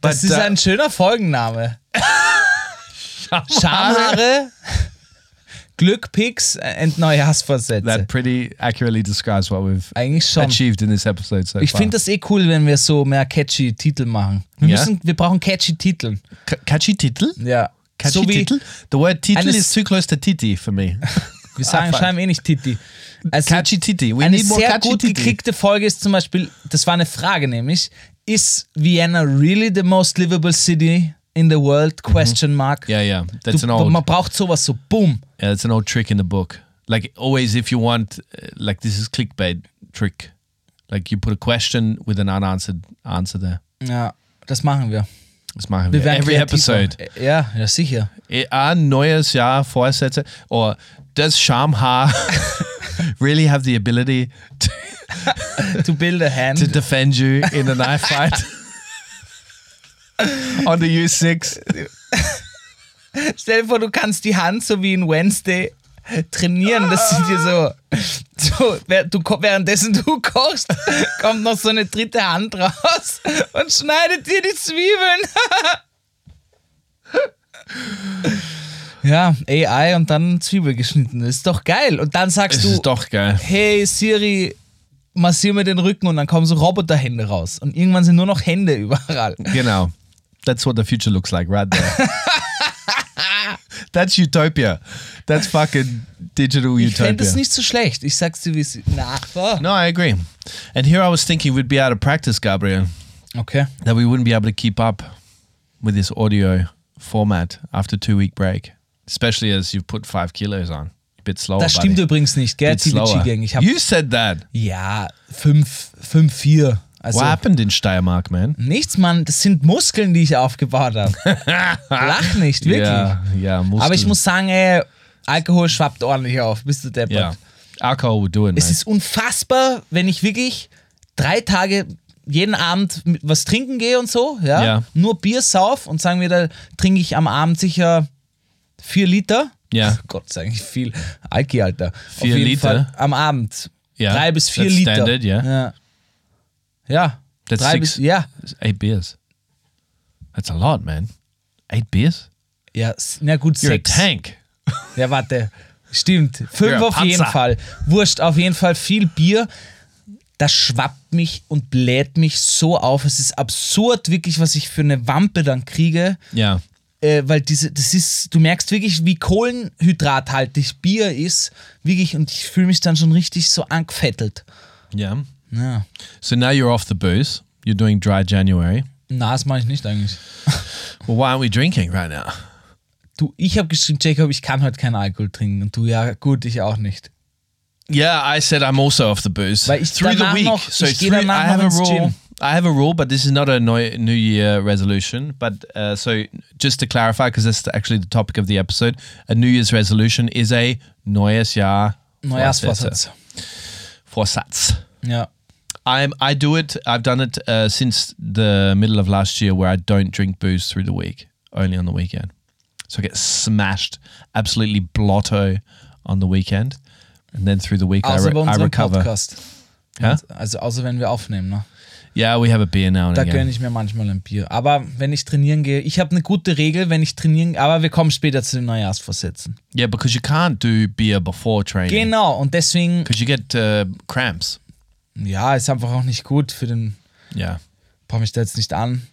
Das
But,
ist
uh,
ein schöner Folgenname. Schamhaare, Glück, Picks and neue Hassvorsätze.
That pretty accurately describes what we've
Eigentlich schon.
achieved in this episode so
Ich
far.
finde das eh cool, wenn wir so mehr catchy Titel machen. Wir,
Ja?
müssen, wir brauchen catchy Titel.
Ca- catchy title.
Ja.
Catchy
so wie,
title. The word title
Eines-
is too close to titty for me.
Wir sagen
High five.
scheinbar eh nicht Titi. Also
catchy titty. We
eine
need more
sehr
catchy
gut
titty.
geklickte Folge ist zum Beispiel, das war eine Frage nämlich, ist Vienna really the most livable city in the world? Question mark.
Mhm. Yeah, yeah. That's an
du,
old.
man braucht sowas so, boom.
Yeah, it's an old trick in the book. Like always, if you want, uh, like this is clickbait trick. Like you put a question with an unanswered answer there.
Ja, das machen wir.
It's my
Wir werden
every
kreativer.
episode.
Ja, ja, sicher.
Eh, Are neues Jahr Vorsätze or does Shamha really have the ability to,
To build a hand.
to defend you in a knife fight on the U6?
Stell dir vor, du kannst die Hand so wie in Wednesday trainieren, dass sie dir so, so wer- du, ko- währenddessen du kochst, kommt noch so eine dritte Hand raus und schneidet dir die Zwiebeln. ja, AI und dann Zwiebel geschnitten. Ist doch geil. Und dann sagst
Es
du,
ist doch geil.
hey Siri, massier mir den Rücken und dann kommen so Roboterhände raus. Und irgendwann sind nur noch Hände überall.
Genau. That's what the future looks like right there. That's utopia. That's fucking digital
Ich fände
utopia.
es nicht so schlecht. Ich sag's dir, wie es Na, oh.
No, I agree. And here I was thinking we'd be out of practice, Gabriel,
Okay.
that we wouldn't be able to keep up with this audio format after two week break, especially as you've put five kilos on. A bit slower.
Das stimmt
buddy.
übrigens nicht, gell?
Bit slower.
TVG-Gang. Ich habe
You said that.
ja fünf, fünf, vier. Also
What happened in Steiermark, man?
nichts, Mann. Das sind Muskeln, die ich aufgebaut habe. Lach nicht, wirklich. Ah,
Yeah, yeah.
Aber ich
Muskeln.
muss sagen, ey, Alkohol schwappt ordentlich auf. Bist du deppert.
Yeah. Alcohol would do it,
Es
man.
ist unfassbar, wenn ich wirklich drei Tage jeden Abend mit was trinken gehe und so, ja,
Ja.
nur Bier sauf und sagen wir, da trinke ich am Abend sicher vier Liter.
Ja.
Gott, sage ich viel. Alki, Alter.
Vier
Auf jeden
Liter?
Fall am Abend.
Ja,
Drei bis vier
that's
Liter.
standard, ja.
Ja. ja.
That's
drei
six.
bis, ja.
It's eight beers. That's a lot, man. Eight beers?
Ja, s- na gut,
You're
sechs.
a tank.
Ja, warte. Stimmt.
Ja,
Fünf auf jeden
Panzer.
Fall. Wurscht, auf jeden Fall viel Bier. Das schwappt mich und bläht mich so auf. Es ist absurd, wirklich, was ich für eine Wampe dann kriege.
Yeah.
Äh, weil diese, das ist, du merkst wirklich, wie kohlenhydrathaltig Bier ist. Wirklich, und ich fühle mich dann schon richtig so angefettelt.
Yeah.
Ja.
So now you're off the booze. You're doing dry January.
Na, das mache ich nicht eigentlich.
Well, why aren't we drinking right now?
Du, ich habe geschrieben, Jacob, ich kann heute keinen Alkohol trinken. Und du, ja, gut, ich auch nicht.
Yeah, I said I'm also off the booze
Weil ich danach noch- ich gehe danach
I have
noch
a
ins
rule.
Gym.
I have a rule, but this is not a Neu- New Year resolution. But uh, so just to clarify, because that's actually the topic of the episode, a New Year's resolution is a Neues Jahr
Neujahrsvorsatz.
Vorsatz.
Ja.
I'm I do it. I've done it uh, since the middle of last year, where I don't drink booze through the week, only on the weekend. So I get smashed, absolutely blotto on the weekend, and then through the week I,
Außer bei
re- I
unserem
recover.
Podcast.
Hä?
Also außer wenn wir aufnehmen, ne?
Yeah, we have a beer now and
Da
again.
gönne ich mir manchmal ein Bier. Aber wenn ich trainieren gehe, ich habe eine gute Regel, wenn ich trainieren, aber wir kommen später zu den Neujahrsvorsätzen.
Yeah, because you can't do beer before training
Genau, und deswegen,
because you get uh, cramps.
ja, ist einfach auch nicht gut für den,
Yeah.
brauche mich da jetzt nicht an,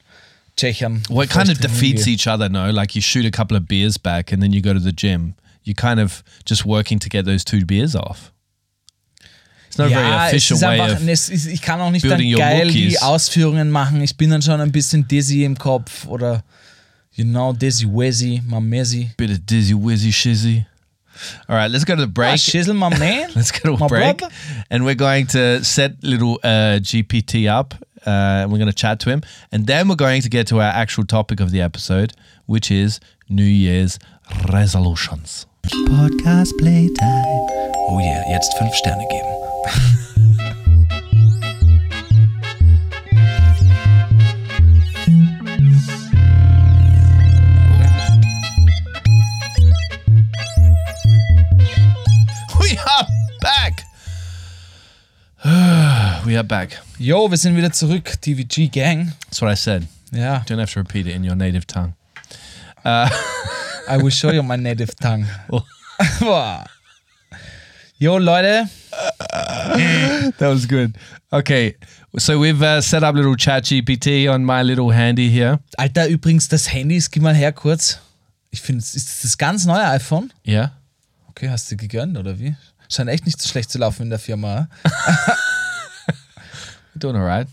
Tschechern.
Well, it
bevor
kind
ich
of
trainieren
defeats
gehe.
each other, no? Like you shoot a couple of beers back and then you go to the gym. You're kind of just working to get those two beers off. It's not a very
Ja, es
efficient
ist
way
einfach,
of.
es ist, ich kann auch nicht dann
building your
geil die
Muckis.
Ausführungen machen. Ich bin dann schon ein bisschen dizzy im Kopf oder, you know, dizzy, wazzy, mamesi.
Bit of dizzy, wizzy, shizzy. All right, let's go to the break.
Ah, shizzle, my man.
Let's go to
My
a break.
brother.
And we're going to set little uh, GPT up. Uh, and we're going to chat to him. And then we're going to get to our actual topic of the episode, which is New Year's resolutions.
Podcast Playtime. Oh yeah, jetzt fünf Sterne geben.
We are back. we are back.
Yo, wir sind wieder zurück, TVG Gang.
That's what I said.
Ja,
Don't have to repeat it in your native tongue.
I will show you my native tongue.
Oh.
Boah. Jo, Leute,
That was good. Okay, so we've uh, set up little chat GPT on my little handy here.
Alter, übrigens, das Handy ist, gib mal her kurz. Ich finde, es ist das das ganz neue iPhone?
Yeah.
Okay, hast du gegönnt oder wie? Scheint echt nicht so schlecht zu laufen in der Firma. hä?
We're doing all right.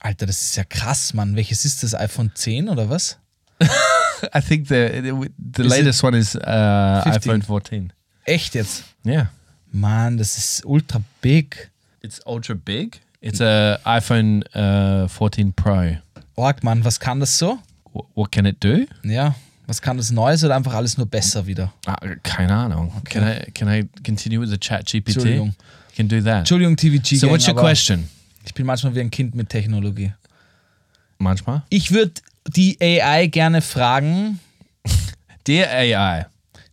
Alter, das ist ja krass, Mann. Welches ist das? iPhone 10 oder was?
I think the the
Is it-
latest one is uh,
15?
iPhone 14.
Echt jetzt?
Yeah.
Mann, das ist ultra big.
It's ultra big. It's a iPhone uh, 14 Pro.
Org, Mann, was kann das so?
Wh- what can it do?
Ja, was kann das Neues oder einfach alles nur besser wieder?
Uh, keine ahnung. Can I can I continue with the chat GPT?
Entschuldigung.
You can do that.
Entschuldigung, TVG.
So
Gang,
what's your
aber
question?
Ich bin manchmal wie ein Kind mit Technologie.
Manchmal.
Ich würde die AI gerne fragen.
Dear AI.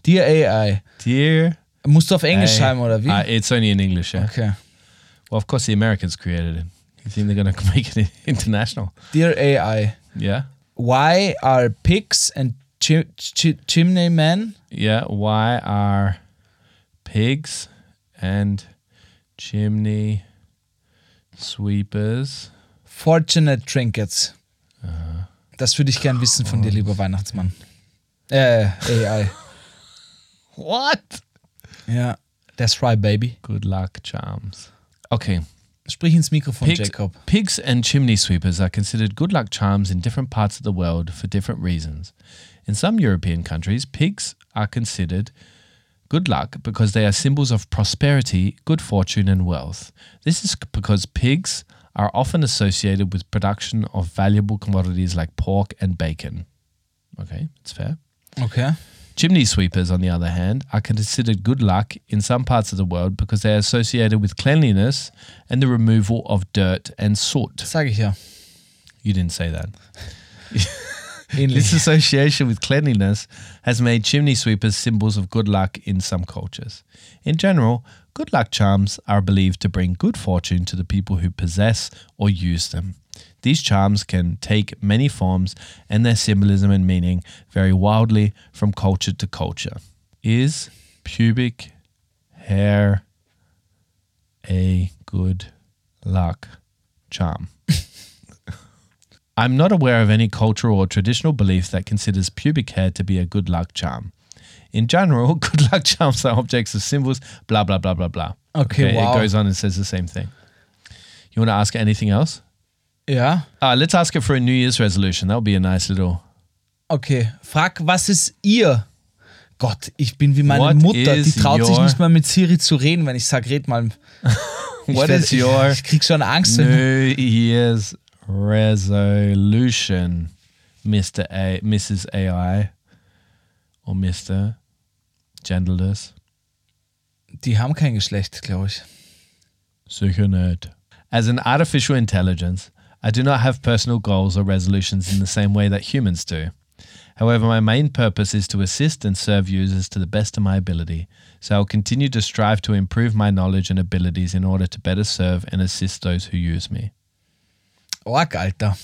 Dear AI,
Dear
Musst du auf Englisch
Hey,
schreiben oder wie?
Uh, it's only in English, yeah.
Okay.
Well, of course, the Americans created it. You think they're going to make it international?
Dear AI,
Yeah.
why are pigs and chi- chi- chimney men?
Yeah. Why are pigs and chimney sweepers?
Fortunate Trinkets. Das würde ich gern wissen von dir, lieber Weihnachtsmann. Äh, AI.
What?
ja, that's right, baby.
Good luck, charms. Okay.
Sprich ins Mikrofon,
Pigs,
Jacob.
pigs and chimney sweepers are considered good luck charms in different parts of the world for different reasons. In some European countries, pigs are considered good luck because they are symbols of prosperity, good fortune, and wealth. This is because pigs are often associated with production of valuable commodities like pork and bacon. Okay, it's fair.
Okay.
Chimney sweepers, on the other hand, are considered good luck in some parts of the world because they are associated with cleanliness and the removal of dirt and soot.
Sag ich ja.
You didn't say that. This
Ähnlich.
association with cleanliness has made chimney sweepers symbols of good luck in some cultures. In general, good luck charms are believed to bring good fortune to the people who possess or use them. These charms can take many forms and their symbolism and meaning vary wildly from culture to culture. Is pubic hair a good luck charm? I'm not aware of any cultural or traditional belief that considers pubic hair to be a good luck charm. In general, good luck charms are objects of symbols, blah, blah, blah, blah, blah.
Okay, wow.
It goes on and says the same thing. You want to ask anything else?
Ja.
Uh, let's ask it for a New Year's resolution. That would be a nice little.
Okay. Frag, was ist ihr? Gott, ich bin wie meine
What
Mutter. Die
is
traut sich
your-
nicht mal mit Siri zu reden, wenn ich sage, red mal. Ich
What
werd-
is your
Ich krieg schon Angst. wenn-
New Year's resolution, Mr. A, Mrs. AI, or Mr. Genderless?
Die haben kein Geschlecht, glaube ich.
Sicher nicht. As an artificial intelligence, I do not have personal goals or resolutions in the same way that humans do. However, my main purpose is to assist and serve users to the best of my ability, so I'll continue to strive to improve my knowledge and abilities in order to better serve and assist those who use me.
Org, Alter.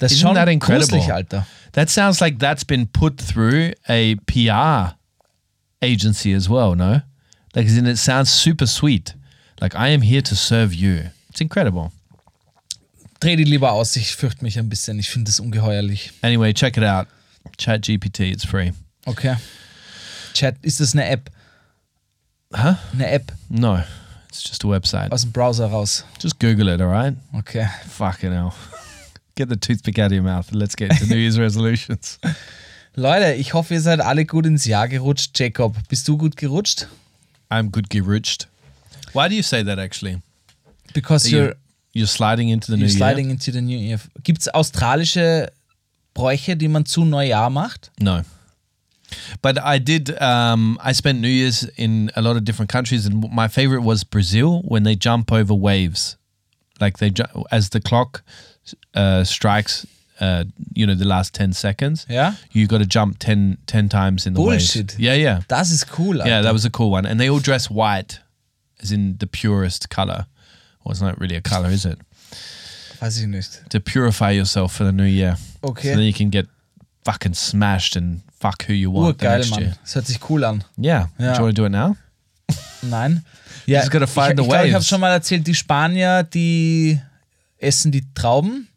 Das ist
Isn't
schon
that incredible?
gruselig, Alter.
That sounds like that's been put through a PR agency as well, no? Like, as in, it sounds super sweet. Like, I am here to serve you. It's incredible.
Dreh die lieber aus, ich fürchte mich ein bisschen. Ich finde das ungeheuerlich.
Anyway, check it out. Chat GPT, it's free.
Okay. Chat, ist das eine App?
Hä?
Eine App
No, it's just a website.
aus dem Browser raus.
Just Google it, all right?
Okay.
Fucking hell. Get the toothpick out of your mouth and let's get to New Year's resolutions.
Leute, ich hoffe, ihr seid alle gut ins Jahr gerutscht. Jacob, bist du gut gerutscht?
I'm good gerutscht. Why do you say that actually?
Because
That you-
you're,
you're sliding into the new
you're sliding
year?
into the new year. Gibt es australische Bräuche, die man zu Neujahr macht?
No. But I did, um, I spent New Year's in a lot of different countries, and my favorite was Brazil when they jump over waves. Like they, ju- as the clock uh, strikes, uh, you know, the last 10 seconds.
Ja?
you got to jump 10, 10 times in the
Bullshit.
waves. Yeah, yeah.
Das ist cool. Alter.
Yeah, that was a cool one. And they all dress white, as in the purest color. Well, it's not really a color, is it?
Weiß ich nicht.
To purify yourself for the new year.
Okay.
So then you can get fucking smashed and fuck who you want the
Urgeil,
next year.
Mann. Das hört sich cool an.
Yeah.
Yeah.
Do you want to do it now?
Nein. Ja,
just gotta find
ich,
the
ich, glaub, ich habe
waves.
schon mal erzählt, die Spanier, die essen die Trauben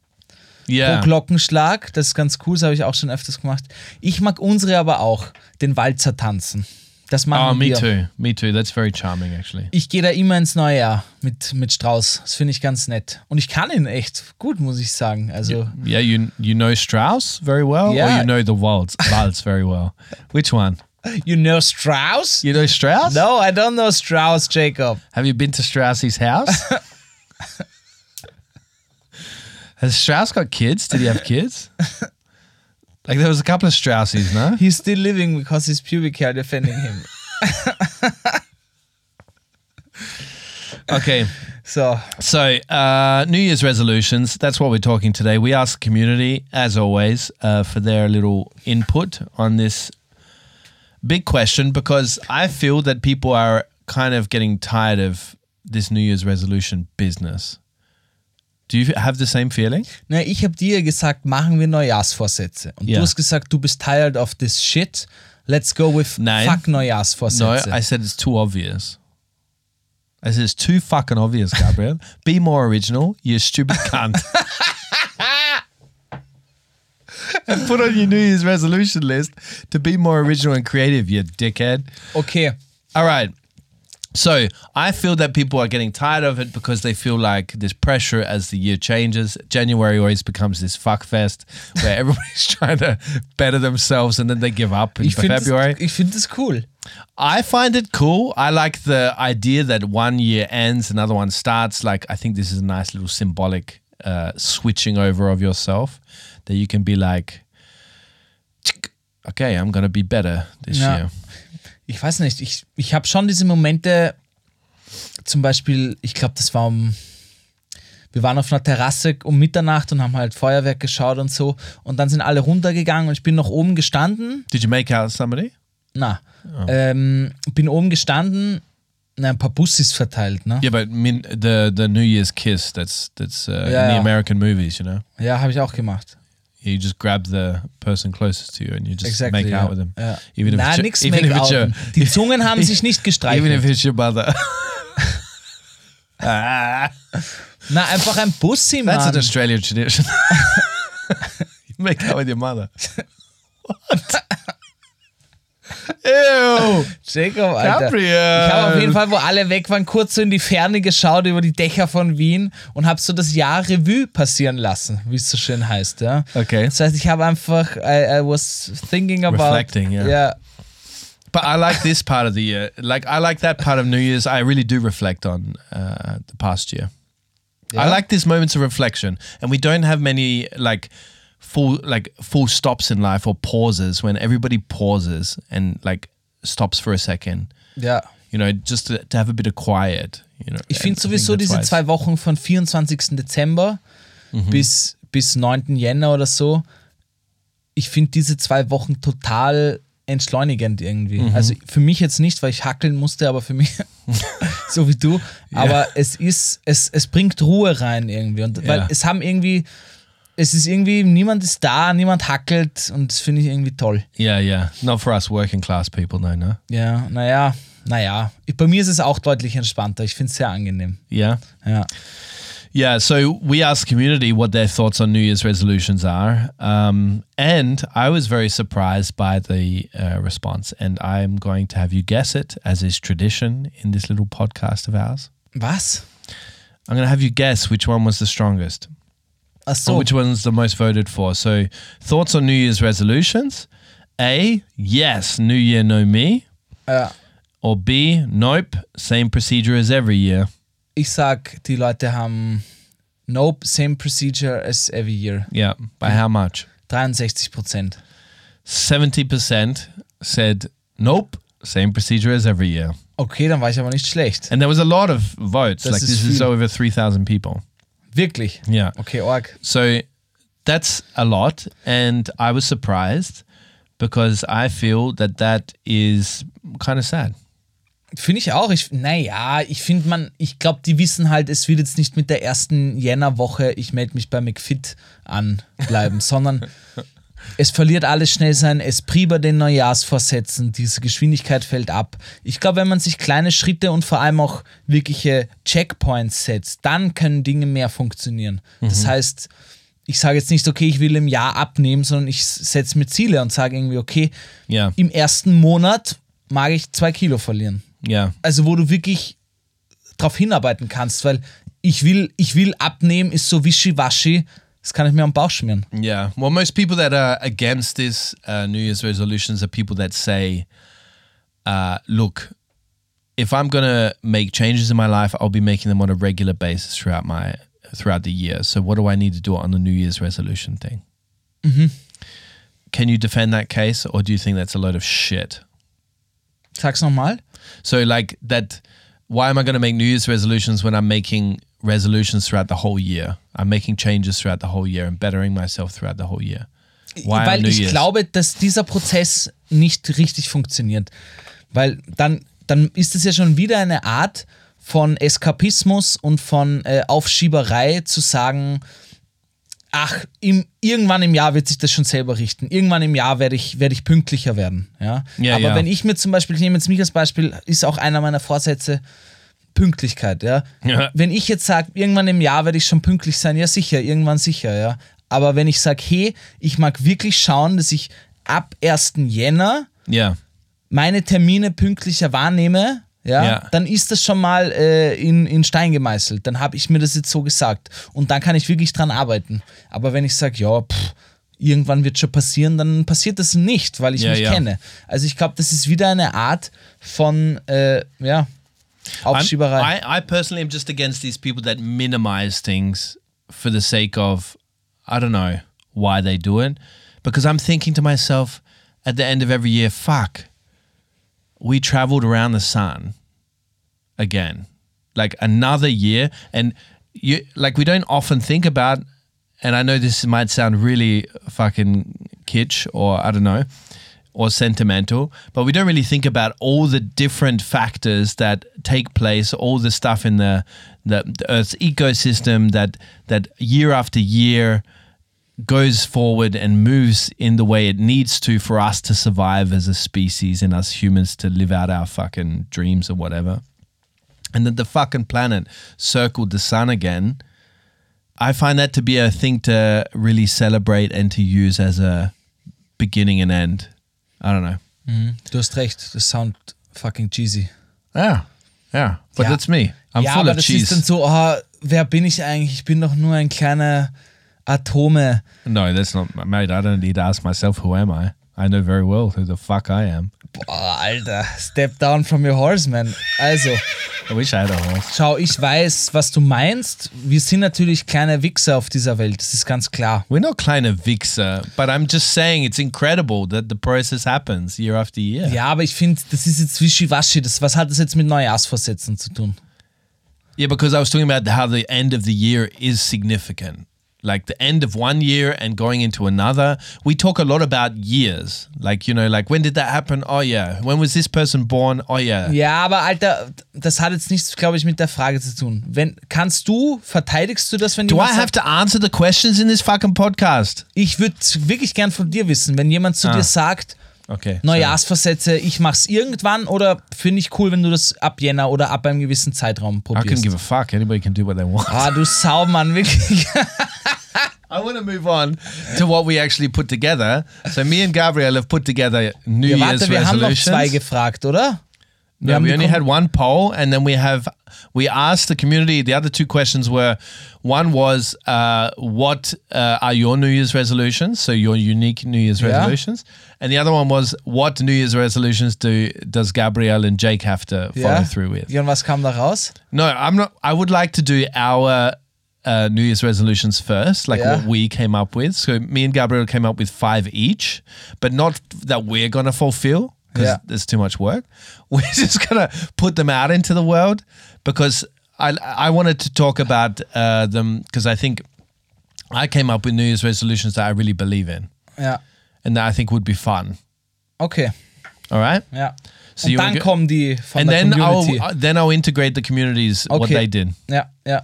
Yeah.
pro Glockenschlag. Das ist ganz cool, das habe ich auch schon öfters gemacht. Ich mag unsere aber auch, den Walzer tanzen. Das machen
Oh, me
wir.
too. Me too. That's very charming, actually.
Ich gehe da immer ins neue Jahr mit, mit Strauß. Das finde ich ganz nett. Und ich kann ihn echt gut, muss ich sagen. Also,
Yeah, you you know Strauss very well,
Yeah.
or you know the waltz waltz very well. Which one?
you know Strauss?
You know Strauss?
No, I don't know Strauss, Jacob.
Have you been to Strauss's house? Has Strauss got kids? Did he have kids? Like there was a couple of Strausses, no?
He's still living because his pubic hair defending him.
Okay,
So,
so uh, New Year's resolutions. That's what we're talking today. We ask the community, as always, uh, for their little input on this big question because I feel that people are kind of getting tired of this New Year's resolution business. Do you have the same feeling?
Na, ich habe dir gesagt, machen wir Neujahrsvorsätze. Und
Ja.
du hast gesagt, du bist tired of this shit. Let's go with
Nein.
fuck
No,
Neujahrsvorsätze.
I said it's too obvious. I said it's too fucking obvious, Gabriel. Be more original, you stupid cunt. and put on your New Year's resolution list to be more original and creative, you dickhead.
okay.
All right. So I feel that people are getting tired of it because they feel like this pressure as the year changes. January always becomes this fuck fest where everybody's trying to better themselves and then they give up in
Ich finde
February.
das, ich find das cool.
I find it cool. I like the idea that one year ends, another one starts. Like, I think this is a nice little symbolic uh, switching over of yourself that you can be like, "Tsk, okay, I'm going to be better this
Ja.
year.
Ich weiß nicht, ich, ich habe schon diese Momente, zum Beispiel, ich glaube, das war um. Wir waren auf einer Terrasse um Mitternacht und haben halt Feuerwerk geschaut und so. Und dann sind alle runtergegangen und ich bin noch oben gestanden.
Did you make out somebody?
Na, ähm, bin oben gestanden, na, ein paar Bussis verteilt, ne?
Yeah, but min- the the New Year's kiss that's that's uh, in the
Yeah.
American movies, you know,
Ja, habe ich auch gemacht.
you just grab the person closest to you and you just
Exactly.
make
ja.
out with them,
Ja.
even if
Na,
it's your-
nix
even if it's your-
make-outen. Die Zungen haben sich nicht
even if
gestreichelt.
it's your mother. Ah,
Na, einfach ein Bussi, Mann.
that's an Australian tradition. you make out with your mother. What? Ew,
Jacob, Alter.
Gabriel.
Ich habe auf jeden Fall, wo alle weg waren, kurz so in die Ferne geschaut über die Dächer von Wien und habe so das Jahr Revue passieren lassen, wie es so schön heißt, ja.
Okay.
Das heißt, ich habe einfach, I, I was thinking about.
Reflecting, ja.
ja.
But I like this part of the year. Like I like that part of New Year's. I really do reflect on uh, the past year. I like these moments of reflection, and we don't have many like full like full stops in life or pauses when everybody pauses and like stops for a second.
Ja.
You know, just to, to have a bit of quiet. You know,
Ich
And
finde
I
sowieso
think that's
diese
why it's-
zwei Wochen von 24. Dezember bis, bis 9. Jänner oder so, ich finde diese zwei Wochen total entschleunigend irgendwie. Also für mich jetzt nicht, weil ich hackeln musste, aber für mich, so wie du, aber es ist, es, es bringt Ruhe rein irgendwie. Und weil
Ja.
es haben irgendwie, es ist irgendwie, niemand ist da, niemand hackelt und das finde ich irgendwie toll.
Yeah, yeah. Not for us working class people, no, no.
Ja, naja, naja. Ich- Bei mir ist es auch deutlich entspannter. Ich finde es sehr angenehm.
Yeah.
Ja.
Yeah, so we asked community what their thoughts on New Year's resolutions are, um, and I was very surprised by the uh, response. And I'm going to have you guess it, as is tradition in this little podcast of ours.
Was?
I'm going to have you guess which one was the strongest,
Ach
or
so.
which one's the most voted for. So, thoughts on New Year's resolutions: A, yes, New Year, no me,
Ja.
or B, nope, same procedure as every year.
ich sag, die Leute haben Nope, same procedure as every year.
Yeah, by how much?
63 Prozent.
70% said, nope, same procedure as every year.
Okay, dann war ich aber nicht schlecht.
And there was a lot of votes.
This
like,
is
this is
huge.
over 3,000 people.
Wirklich?
Yeah.
Okay, Org.
So that's a lot. And I was surprised because I feel that that is kind of sad.
Finde ich auch. Ich, naja, ich finde man, ich glaube, die wissen halt, es wird jetzt nicht mit der ersten Jännerwoche, ich melde mich bei McFit anbleiben, sondern es verliert alles schnell sein Esprit bei den Neujahrsvorsätzen, diese Geschwindigkeit fällt ab. Ich glaube, wenn man sich kleine Schritte und vor allem auch wirkliche Checkpoints setzt, dann können Dinge mehr funktionieren. Das heißt, ich sage jetzt nicht, okay, ich will im Jahr abnehmen, sondern ich setze mir Ziele und sage irgendwie, okay,
Ja.
im ersten Monat mag ich zwei Kilo verlieren.
Yeah.
Also, wo du wirklich drauf hinarbeiten kannst, weil ich will, ich will abnehmen, ist so wischiwaschi, das kann ich mir am Bauch schmieren.
Yeah. Well, most people that are against this uh, New Year's resolutions are people that say, uh, look, if I'm going to make changes in my life, I'll be making them on a regular basis throughout my throughout the year. So what do I need to do on the New Year's resolution thing? Mm-hmm. Can you defend that case or do you think that's a load of shit?
Sag's nochmal.
So like that why am I going to make New Year's resolutions when I'm making resolutions throughout the whole year? I'm making changes throughout the whole year and bettering myself throughout the whole year. Why on
weil
New
ich
Year's?
glaube, dass dieser Prozess nicht richtig funktioniert. Weil dann dann ist es ja schon wieder eine Art von Eskapismus und von äh, Aufschieberei zu sagen, ach, im, irgendwann im Jahr wird sich das schon selber richten. Irgendwann im Jahr werde ich, werde ich pünktlicher werden. Ja?
Ja,
Aber
ja.
wenn ich mir zum Beispiel, ich nehme jetzt mich als Beispiel, ist auch einer meiner Vorsätze Pünktlichkeit. Ja?
Ja.
Wenn ich jetzt sage, irgendwann im Jahr werde ich schon pünktlich sein, ja sicher, irgendwann sicher. Ja? Aber wenn ich sage, hey, ich mag wirklich schauen, dass ich ab 1. Jänner
Yeah.
meine Termine pünktlicher wahrnehme, ja,
Ja.
dann ist das schon mal äh, in, in Stein gemeißelt. Dann habe ich mir das jetzt so gesagt. Und dann kann ich wirklich dran arbeiten. Aber wenn ich sage, ja, pff, irgendwann wird schon passieren, dann passiert das nicht, weil ich
Ja,
mich
ja.
kenne. Also ich glaube, das ist wieder eine Art von, äh, ja,
I'm-
Aufschieberei.
I, I personally am just against these people that minimize things for the sake of, I don't know why they do it. Because I'm thinking to myself at the end of every year, fuck, we traveled around the sun again. Like another year. And you like we don't often think about and I know this might sound really fucking kitsch or I don't know or sentimental, but we don't really think about all the different factors that take place, all the stuff in the the, the Earth's ecosystem that that year after year goes forward and moves in the way it needs to for us to survive as a species and us humans to live out our fucking dreams or whatever. And that the fucking planet circled the sun again. I find that to be a thing to really celebrate and to use as a beginning and end. I don't know.
du hast recht, das sound fucking cheesy.
Yeah. Yeah. But
Yeah.
that's me. I'm
ja,
full
aber
of
das
cheese.
ist dann so, oh, wer bin ich eigentlich? Ich bin doch nur ein kleiner Atome.
no, that's not, mate. I don't need to ask myself who am I. I know very well who the fuck I am.
Boah, Alter, step down from your horse, man. Also.
I wish I had a horse.
Schau, ich weiß, was du meinst. Wir sind natürlich kleine Wichser auf dieser Welt, das ist ganz klar.
We're not Kleiner Vixer, but I'm just saying it's incredible that the process happens year after year.
Ja, aber ich finde, das ist jetzt wischiwaschi. Das, was hat das jetzt mit Neujahrsvorsätzen zu tun?
Yeah, because I was talking about how the end of the year is significant. Like the end of one year and going into another. We talk a lot about years. Like, you know, like when did that happen? Oh, yeah. When was this person born? Oh, yeah.
Ja, aber Alter, das hat jetzt nichts, glaube ich, mit der Frage zu tun. Wenn, kannst du, verteidigst du das, wenn
Do I
jemand
have
sagt,
to answer the questions in this fucking podcast?
ich würde wirklich gern von dir wissen, wenn jemand zu
Ah.
dir sagt,
Okay.
Neujahrsvorsätze, ich mach's irgendwann oder finde ich cool, wenn du das ab Jänner oder ab einem gewissen Zeitraum
I couldn't
probierst?
give a fuck. Anybody can do what they want.
ah, du Saumann, wirklich.
I want to move on to what we actually put together. So me and Gabriel have put together New
Ja,
Year's
warte, wir haben noch
resolutions.
zwei gefragt, oder? Wir
Yeah,
haben
we only
bekommen-
had one poll, and then we have we asked the community. The other two questions were: one was uh, what uh, are your New Year's resolutions? So your unique New Year's
Yeah.
resolutions, and the other one was what New Year's resolutions do does Gabrielle and Jake have to follow
Ja.
through with?
Ja, und was kam da raus?
No, I'm not. I would like to do our uh, New Year's resolutions first, like
Yeah.
what we came up with. So me and Gabriel came up with five each, but not that we're gonna fulfill because
Yeah.
there's too much work. We're just gonna put them out into the world because I I wanted to talk about uh, them because I think I came up with New Year's resolutions that I really believe in
Ja,
and that I think would be fun.
okay,
All right.
ja.
So
und
you wanna
dann
go-
kommen die von
And
der
then
Community.
I'll uh, then I'll integrate the communities what
Okay.
they did.
ja, ja.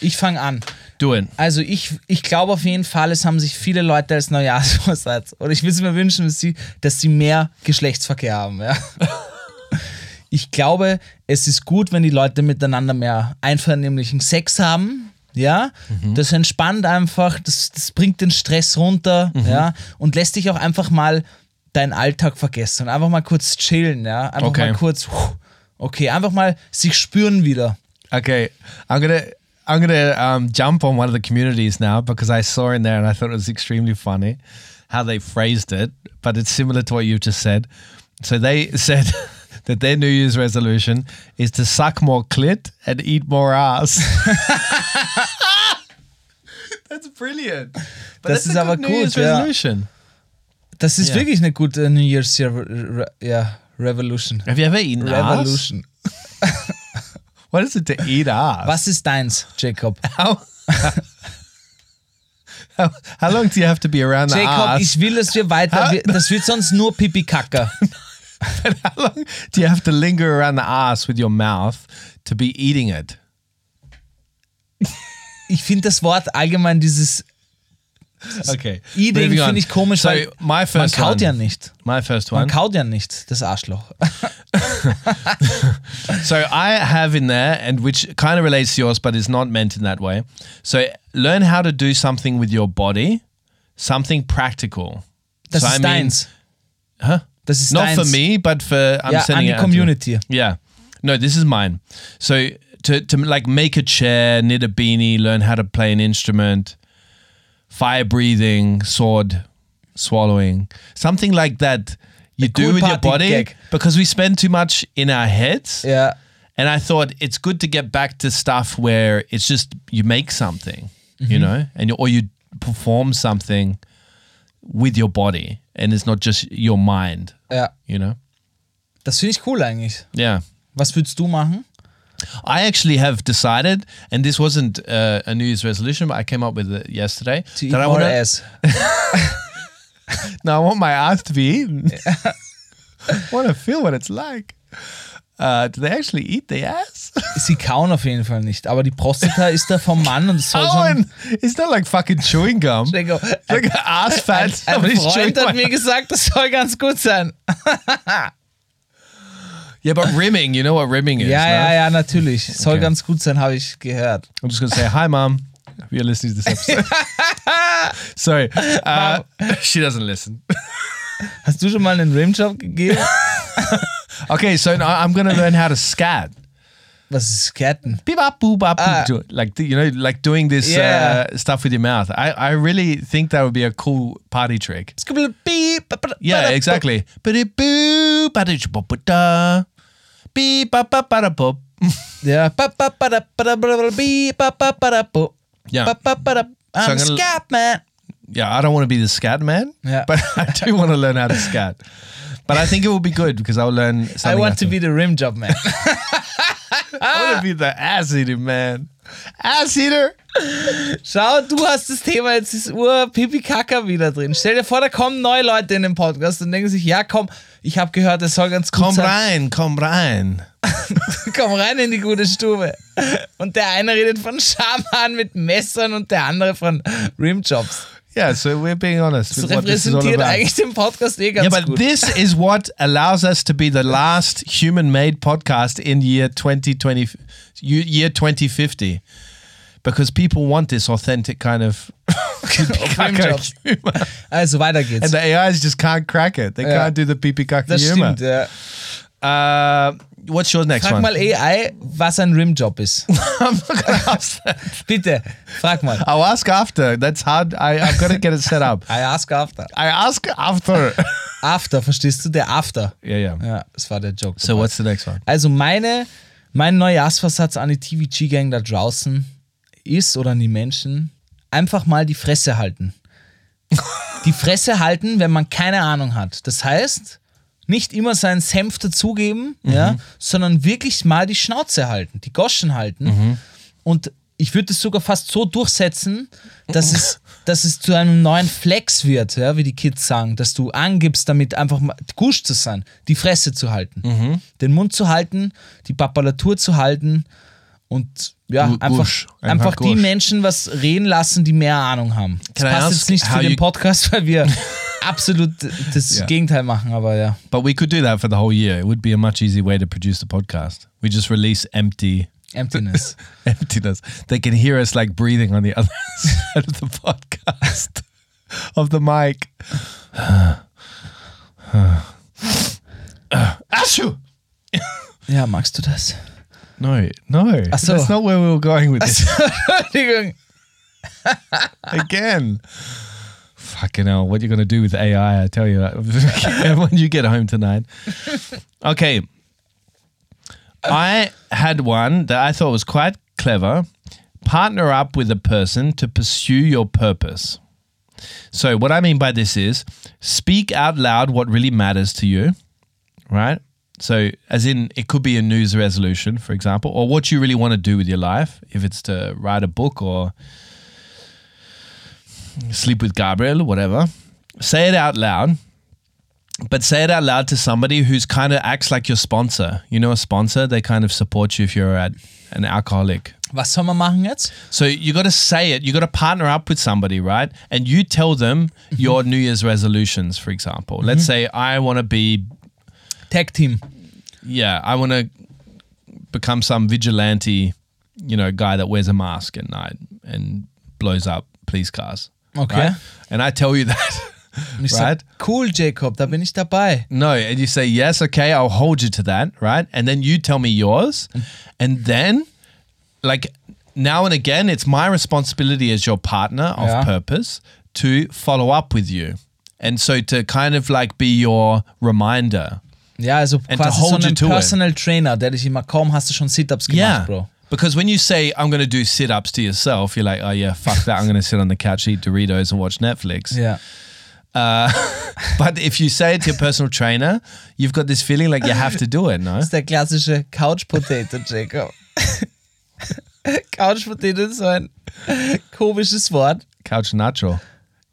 Ich fange an.
Do it.
Also ich, ich glaube auf jeden Fall, es haben sich viele Leute als Neujahrsvorsatz oder ich würde es mir wünschen, dass sie, dass sie mehr Geschlechtsverkehr haben. Ja. Ich glaube, es ist gut, wenn die Leute miteinander mehr einvernehmlichen Sex haben. Ja, das entspannt einfach, das, das bringt den Stress runter, ja, und lässt dich auch einfach mal deinen Alltag vergessen und einfach mal kurz chillen, ja, einfach
Okay.
mal kurz, puh, okay, einfach mal sich spüren wieder.
Okay, I'm gonna I'm gonna um, jump on one of the communities now because I saw in there and I thought it was extremely funny how they phrased it, but it's similar to what you've just said. So they said that their New Year's resolution is to suck more clit and eat more ass. That's brilliant. But
Das
that's
ist
a
aber
good New
gut,
Year's
ja.
resolution.
Das ist
Ja.
wirklich eine gute äh, New Year's Year, Re- Re- ja, Revolution.
Have you ever eaten ass?
Revolution.
What is it to eat ass?
Was ist deins, Jacob?
How, how, how long do you have to be around the
Jacob,
ass?
ich will, dass wir weiter.
Ah.
Wir, das wird sonst nur Pipi-Kacker.
But how long do you have to linger around the ass with your mouth to be eating it?
Ich finde das Wort allgemein dieses
Okay.
Eating
moving on.
finde ich komisch,
So
weil
my
man
first
kaut
one,
ja nicht.
My first
Man
one.
kaut ja nicht, das Arschloch.
So I have in there, and which kind of relates to yours, but it's not meant in that way. So learn how to do something with your body, something practical.
Das
so
ist deins.
Huh?
Das ist
Not
deins.
for me, but for I'm
Ja,
sending
an die
it out to-
Community.
Yeah. No, this is mine. So to to like make a chair, knit a beanie, learn how to play an instrument, fire breathing, sword swallowing, something like that. You do
cool
with your
party
body
gag.
because we spend too much in our heads.
Ja.
And I thought it's good to get back to stuff where it's just you make something,
Mm-hmm.
you know, and you, or you perform something with your body, and it's not just your mind,
Ja.
you know.
Das finde ich cool eigentlich.
Yeah,
Was würdest du machen?
I actually have decided, and this wasn't uh, a New Year's resolution, but I came up with it yesterday.
To eat
that I
more
wanna-
ass.
No, I want my ass to be eaten. I want to feel what it's like. Uh, do they actually eat the ass?
Sie kauen auf jeden Fall nicht, aber die Prostata ist da vom Mann und es soll so ein,
Owen, it's not like fucking chewing gum. It's
Digga,
like ass
ein,
fat.
ein
Somebody's
Äh,
chewing
Freund
my-
hat mir gesagt, das soll ganz gut sein.
Yeah, but rimming, you know what rimming is.
Ja,
no?
ja, ja, natürlich. Soll
Okay.
ganz gut sein, habe ich gehört.
I'm just gonna say hi, mom. If you're listening to this episode, sorry, uh, she doesn't listen.
Hast du schon mal einen Rimjob gegeben?
Okay, so now I'm gonna learn how to scat.
Was ist Scatten?
Beep, bop, boop, bop,
Ah.
boop, do- like you know, like doing this
Yeah.
uh, stuff with your mouth. I, I really think that would be a cool party trick. Yeah, exactly. Beep, boo, ba-da-ch, bop, ba-da. Beep, bop, bop, ba-da, bop.
Ja. Ba, ba, ba, da, ba, da, ba, da, ba, da, bi, ba, ba, ba, da, bo.
Yeah.
Ba, ba, ba, da.
So
I'm
I'm
a
gonna-
scat man.
yeah, I don't want to be the scat man,
Yeah.
but I do want to learn how to scat. But I think it will be good because I'll learn something.
I want to
after.
be Ah! the Rimjob man.
I want to be the ass eater man. Ass eater.
Schau, du hast das Thema, jetzt ist Ur Pipi Kaka wieder drin. Stell dir vor, da kommen neue Leute in den Podcast und denken sich, ja komm, ich habe gehört, es soll ganz gut
Komm
sein.
rein, komm rein.
Komm rein in die gute Stube. Und der eine redet von Schaman mit Messern und der andere von Rimjobs.
Yeah, so we're being honest.
Das
with what this is all
repräsentiert
about.
eigentlich den Podcast eh ganz
yeah, but
gut.
this is what allows us to be the last human-made podcast in year 2020, you- year 2050, because people want this authentic kind of
Rimjobs.
humor,
Also weiter geht's.
and the AIs just can't crack it. They can't do the peepee caca
Das
humor.
stimmt, ja.
Uh, what's your next
Frag
one?
mal AI, was ein Rimjob ist.
I'm not gonna ask that.
Bitte, frag mal.
I'll ask after. That's hard. I, I've got to get it set up.
I ask after.
I ask after.
After, verstehst du? Der After.
yeah, yeah.
Ja, das war der Joke.
So what's the next one?
Also meine, mein Neujahrsversatz an die TVG-Gang da draußen ist oder an die Menschen, einfach mal die Fresse halten. die Fresse halten, wenn man keine Ahnung hat. Das heißt, nicht immer seinen Senf dazugeben,
Mhm.
ja, sondern wirklich mal die Schnauze halten, die Goschen halten.
Mhm.
Und ich würde es sogar fast so durchsetzen, dass es, dass es zu einem neuen Flex wird, ja, wie die Kids sagen, dass du angibst, damit einfach mal gusch zu sein, die Fresse zu halten,
Mhm.
den Mund zu halten, die Papalatur zu halten und ja,
Gu-
einfach,
gusch,
einfach,
einfach
die
gusch.
Menschen was reden lassen, die mehr Ahnung haben. Das
Can I
passt
ask
jetzt nicht
how
für
you-
den Podcast, weil wir absolut das
Ja.
Gegenteil machen, aber ja.
But we could do that for the whole year. It would be a much easier way to produce the podcast. We just release empty
Emptiness.
emptiness. They can hear us like breathing on the other side of the podcast of the mic. Ashu.
ja, magst du das?
No, no.
so.
That's not where we were going with this.
Entschuldigung.
again. Fucking hell, what you gonna do with AI? I tell you, when you get home tonight. Okay, I had one that I thought was quite clever. Partner up with a person to pursue your purpose. So, what I mean by this is speak out loud what really matters to you, right? So, as in, it could be a news resolution, for example, or what you really want to do with your life, if it's to write a book or sleep with Gabriel, whatever. Say it out loud but say it out loud to somebody who's kind of acts like your sponsor. You know, a sponsor, they kind of support you if you're at an alcoholic.
Was soll man machen jetzt?
So you got to say it. You got to partner up with somebody, right? And you tell them your New Year's resolutions, for example. Let's say I want to be,
Tag Team.
yeah, I want to become some vigilante, you know, guy that wears a mask at night and blows up police cars.
Okay.
right? And I tell you that.
Und ich
Right.
sag, cool, Jacob, da bin ich dabei.
No, and you say, yes, okay, I'll hold you to that, right? And then you tell me yours. And then, like, now and again, it's my responsibility as your partner of
Yeah.
purpose to follow up with you. And so to kind of like be your reminder.
Ja, also
to
quasi so
hold you
einen
to it.
Personal Trainer, der dich immer, kaum hast du schon Sit-Ups gemacht,
Yeah.
Bro.
Because when you say, I'm going to do sit ups to yourself, you're like, oh, yeah, fuck that. I'm going to sit on the couch, eat Doritos, and watch Netflix.
Ja.
But if you say it to your personal trainer, you've got this feeling like you have to do it, no?
Das ist der klassische Couch-Potato, Jacob. Couch-Potato ist so ein komisches Wort.
Couch Nacho.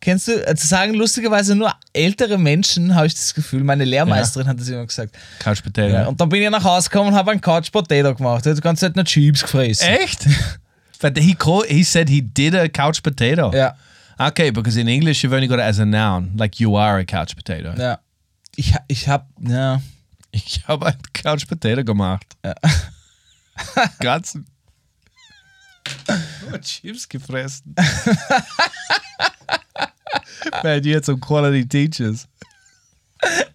Kennst du, äh, zu sagen lustigerweise nur ältere Menschen, habe ich das Gefühl. Meine Lehrmeisterin hat das immer gesagt.
Couch Potato.
Ja. Und dann bin ich nach Hause gekommen und habe einen Couch-Potato gemacht. Du kannst halt nur Chips gefressen.
Echt? But he called. He said he did a couch potato.
Ja.
Okay, because in English you've only got it as a noun, like you are a couch potato.
Ja. Ich, ha- ich hab, ja.
Ich habe ein couch potato gemacht. Ganz. Oh, Chips gefressen. Man, you had some quality teachers.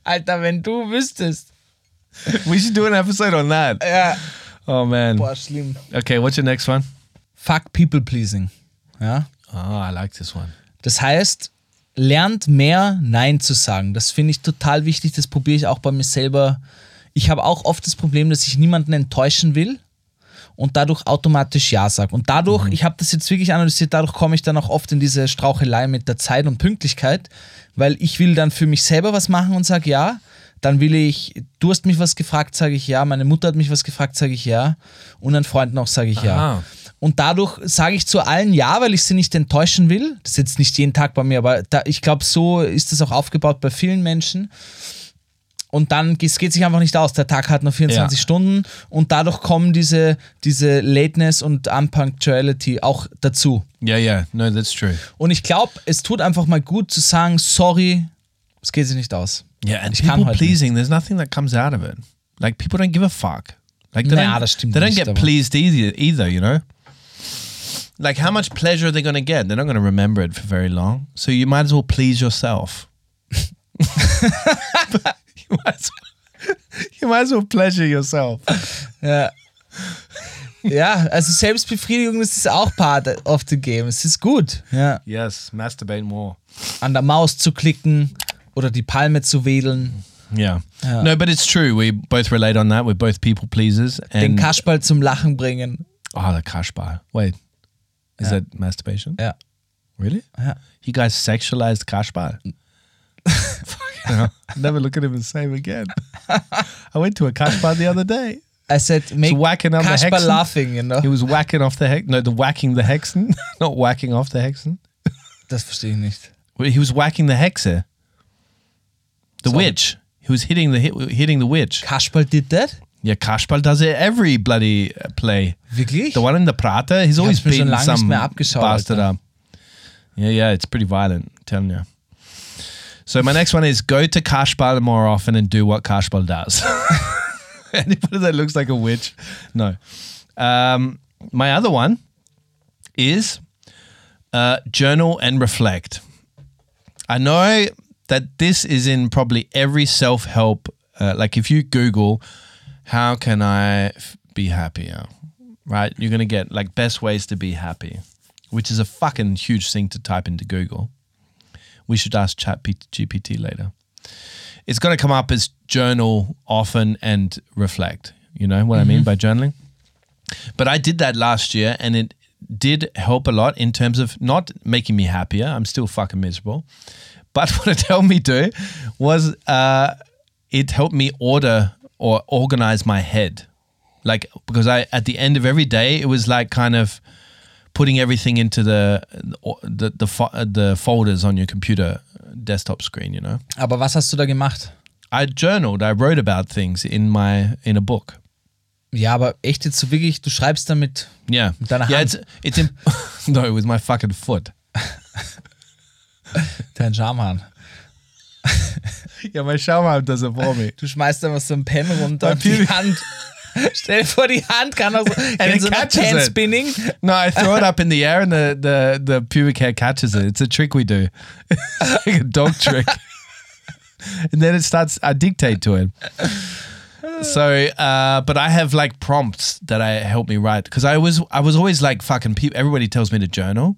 Alter, wenn du wüsstest.
We should do an episode on that.
Ja.
Oh man.
Boah, schlimm.
Okay, what's your next one?
Fuck people pleasing. Ja.
Oh, I like this one.
Das heißt, lernt mehr Nein zu sagen. Das finde ich total wichtig. Das probiere ich auch bei mir selber. Ich habe auch oft das Problem, dass ich niemanden enttäuschen will und dadurch automatisch Ja sage. Und dadurch, ich habe das jetzt wirklich analysiert, dadurch komme ich dann auch oft in diese Strauchelei mit der Zeit und Pünktlichkeit, weil ich will dann für mich selber was machen und sage Ja. Dann will ich, du hast mich was gefragt, sage ich ja. Meine Mutter hat mich was gefragt, sage ich ja. Und an Freunden auch sage ich ja.
Aha.
Und dadurch sage ich zu allen ja, weil ich sie nicht enttäuschen will. Das ist jetzt nicht jeden Tag bei mir, aber da, ich glaube, so ist das auch aufgebaut bei vielen Menschen. Und dann es geht sich einfach nicht aus. Der Tag hat nur 24
Ja.
Stunden und dadurch kommen diese, diese Lateness und Unpunctuality auch dazu.
Yeah, yeah. No, that's true.
Und ich glaube, es tut einfach mal gut zu sagen, sorry, es geht sich nicht aus.
Yeah, and
Ich kann
people
heute
pleasing, there's nothing that comes out of it. Like people don't give a fuck. Like they
Naja, das
don't,
stimmt
they don't
nicht,
get
aber-
pleased either, either, you know? Like how much pleasure are they going to get? They're not going to remember it for very long. So you might as well please yourself. you, might as well, you might as well pleasure yourself.
Ja. ja, also Selbstbefriedigung das ist auch Part of the game. Es ist gut. Ja.
Yes, masturbate more.
An der Maus zu klicken oder die Palme zu wedeln,
Yeah. No, but it's true. We both relate on that. We're both people pleasers.
den
And
Kasperl zum Lachen bringen.
oh, the cash bar. Wait, is that masturbation?
Ja.
Really?
Yeah.
You guys sexualized Kashbar. Never look at him the same again. I went to a Kashbar the other day.
I said, make
whacking on the
Kasperl
Hexen.
laughing, you know?
He was whacking off the hex. No, the whacking the hexen, not whacking off the hexen.
Das verstehe ich nicht.
Well, He was whacking the hexer, the
So-
witch. He was hitting the hit, hitting the witch.
Kasperl did that?
Yeah, Kashbar does it every bloody uh, play.
Wirklich?
The one in the Prater, he's always
hab's mir schon
beaten
lange nicht
some
mehr abgeschaut,
bastard
Alter.
up. Yeah, yeah, it's pretty violent, I'm telling you. So my next one is go to Kashbal more often and do what Kashbal does. Anybody that looks like a witch, no. Um, my other one is uh, journal and reflect. I know that this is in probably every self help. Uh, like if you Google, how can I f- be happier? Right? You're going to get like best ways to be happy, which is a fucking huge thing to type into Google. We should ask Chat GPT later. It's going to come up as journal often and reflect. You know what I mean by journaling? But I did that last year and it did help a lot in terms of not making me happier. I'm still fucking miserable. But what it helped me do was uh, it helped me order or organize my head. Like, because I, at the end of every day, it was like kind of putting everything into the the the, fo- the folders uh, on your computer desktop screen, you know.
Aber was hast du da gemacht?
I journaled, I wrote about things in my in a book.
Ja, aber echt jetzt so wirklich, du schreibst damit.
Yeah.
Mit deiner
yeah,
Hand.
it's it's imp- no, it was my fucking foot.
Dein Schamhahn.
Yeah, my shaman does it for me.
Du schmeißt einfach so einen Pen runter und
Natürlich.
die Hand. Stell dir vor, die Hand kann auch so.
it
Kennst du noch
catches it.
Pen Spinning?
No, I throw it up in the air and the, the, the pubic hair catches it. It's a trick we do. It's like a dog trick. and then it starts, I dictate to it. So, uh, but I have like prompts that I help me write because I was I was always like fucking people. Everybody tells me to journal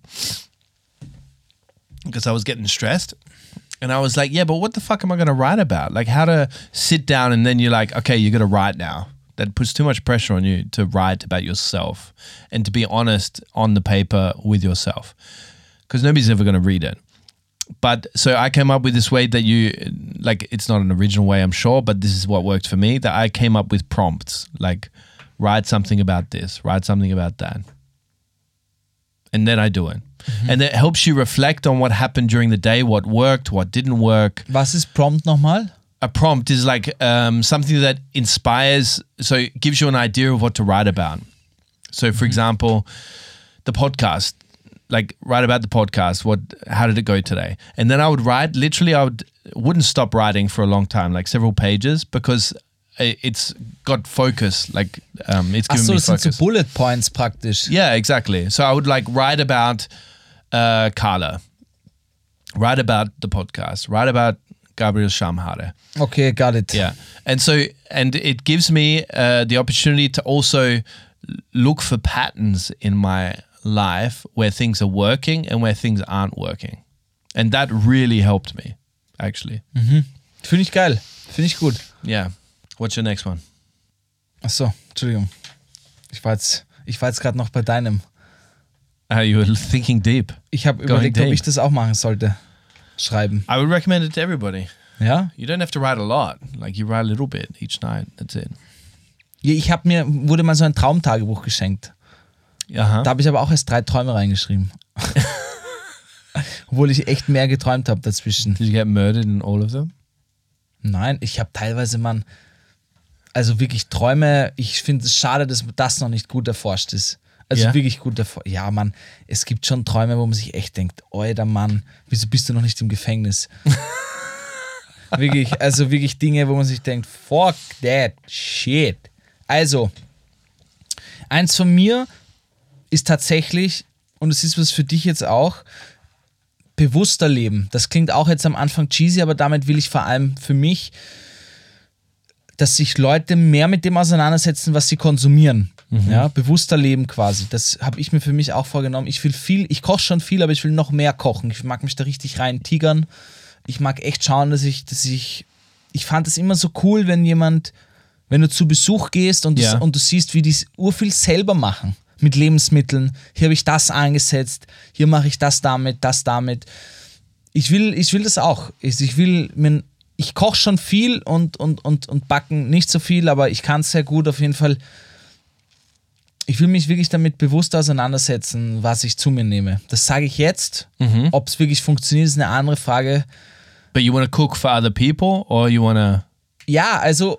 because I was getting stressed, and I was like, yeah, but what the fuck am I going to write about? Like how to sit down and then you're like, okay, you got to write now. That puts too much pressure on you to write about yourself and to be honest on the paper with yourself because nobody's ever going to read it. But so I came up with this way that you like it's not an original way, I'm sure, but this is what worked for me that I came up with prompts like write something about this, write something about that. And then I do it. And it helps you reflect on what happened during the day, what worked, what didn't work
Was ist Prompt nochmal?
a prompt is like um, something that inspires, so it gives you an idea of what to write about. So, for example, the podcast, like write about the podcast. What, how did it go today? And then I would write. Literally, I would wouldn't stop writing for a long time, like several pages, because i- it's got focus. Like um, it's given
Achso,
me
das sind
focus.
so Bullet Points praktisch.
Yeah, exactly. So I would like write about uh, Carla, write about the podcast, write about Gabriel Schamhader.
Okay, got it.
Yeah, and so and it gives me uh, the opportunity to also l- look for patterns in my life where things are working and where things aren't working, and that really helped me, actually.
Finde ich geil. Finde ich gut.
Yeah. What's your next one?
Achso, Entschuldigung. Ich war jetzt, ich war jetzt gerade noch bei deinem.
Uh, you were thinking deep.
Ich habe
Going
überlegt, ob
deep.
ich das auch machen sollte. Schreiben.
I would recommend it to everybody.
Ja?
You don't have to write a lot. Like you write a little bit each night. That's it.
Ja, Ich habe mir, wurde mal so ein Traumtagebuch geschenkt.
Uh huh.
Da habe ich aber auch erst drei Träume reingeschrieben. Obwohl ich echt mehr geträumt habe dazwischen.
Did you get murdered in all of them?
Nein, ich habe teilweise, Mann, also wirklich Träume, ich finde es schade, dass das noch nicht gut erforscht ist. Also
Ja?
wirklich gut erforscht. Ja, Mann, es gibt schon Träume, wo man sich echt denkt, oida Mann, wieso bist du noch nicht im Gefängnis? wirklich, also wirklich Dinge, wo man sich denkt, fuck that shit. Also, eins von mir ist tatsächlich, und es ist was für dich jetzt auch, bewusster leben. Das klingt auch jetzt am Anfang cheesy, aber damit will ich vor allem für mich, dass sich Leute mehr mit dem auseinandersetzen, was sie konsumieren. Ja, bewusster leben quasi. Das habe ich mir für mich auch vorgenommen. Ich will viel, ich koche schon viel, aber ich will noch mehr kochen. Ich mag mich da richtig rein tigern. Ich mag echt schauen, dass ich, dass ich, ich fand es immer so cool, wenn jemand, wenn du zu Besuch gehst und,
Ja.
du, und du siehst, wie die urviel selber machen mit Lebensmitteln. Hier habe ich das eingesetzt, hier mache ich das damit, das damit ich will, ich will das auch. Ich, ich will, mir- ich koche schon viel und, und, und, und backen nicht so viel, aber ich kann es sehr gut auf jeden Fall. Ich will mich wirklich damit bewusst auseinandersetzen, was ich zu mir nehme. Das sage ich jetzt. Ob es wirklich funktioniert, ist eine andere Frage.
But you want to cook for other people or you want to.
Ja, also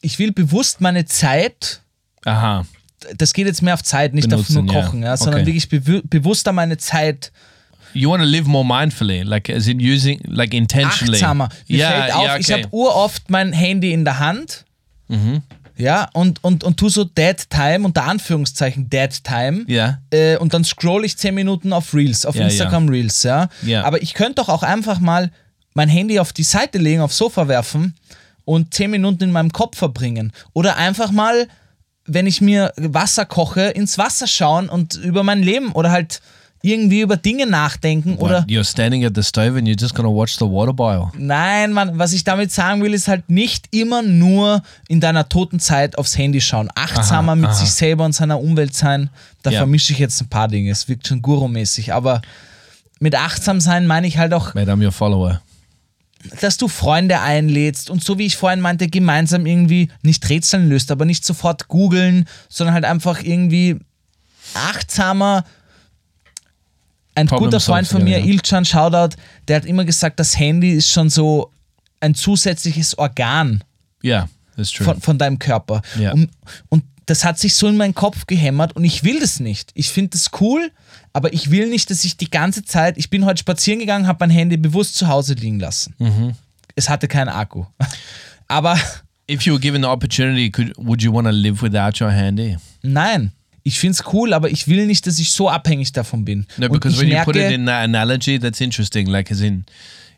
ich will bewusst meine Zeit,
Uh huh.
das geht jetzt mehr auf Zeit, nicht auf
Benutzen,
nur
ja.
Kochen, ja, sondern
Okay.
wirklich bewu- bewusster meine Zeit
You want to live more mindfully, like as in using, like intentionally.
achtsamer. Mir fällt auf, ich habe uroft mein Handy in der Hand.
Mhm.
Ja, und, und, und tu so Dead Time, unter Anführungszeichen Dead Time.
Yeah.
Äh, und dann scroll ich 10 Minuten auf Reels, auf
Ja,
Instagram Reels, ja.
Ja.
Aber ich könnte doch auch einfach mal mein Handy auf die Seite legen, aufs Sofa werfen und 10 Minuten in meinem Kopf verbringen. Oder einfach mal, wenn ich mir Wasser koche, ins Wasser schauen und über mein Leben oder halt irgendwie über Dinge nachdenken
What,
oder
you're standing at the stove and you're just gonna watch the water boil.
Nein, Mann, was ich damit sagen will, ist halt nicht immer nur in deiner toten Zeit aufs Handy schauen. Achtsamer mit sich selber und seiner Umwelt sein. Da
Ja.
vermische ich jetzt ein paar Dinge. Es wirkt schon Guru-mäßig, aber mit achtsam sein meine ich halt auch,
Mate, I'm your follower.
dass du Freunde einlädst und so wie ich vorhin meinte, gemeinsam irgendwie nicht Rätseln löst, aber nicht sofort googeln, sondern halt einfach irgendwie achtsamer ein
Problem
guter Freund von mir,
solving, ja.
Ilchan, Shoutout, der hat immer gesagt, das Handy ist schon so ein zusätzliches Organ
Yeah, that's true.
von, von deinem Körper.
Hm. Ja.
Und, und das hat sich so in meinen Kopf gehämmert und ich will das nicht. Ich finde das cool, aber ich will nicht, dass ich die ganze Zeit, ich bin heute spazieren gegangen, habe mein Handy bewusst zu Hause liegen lassen.
Mhm.
Es hatte keinen Akku. Aber
if you were given the opportunity, could would you want to live without your handy?
nein, ich finde es cool, aber ich will nicht, dass ich so abhängig davon bin.
No,
Und
because
ich
when you put it
merke-
in that analogy, that's interesting. Like, as in,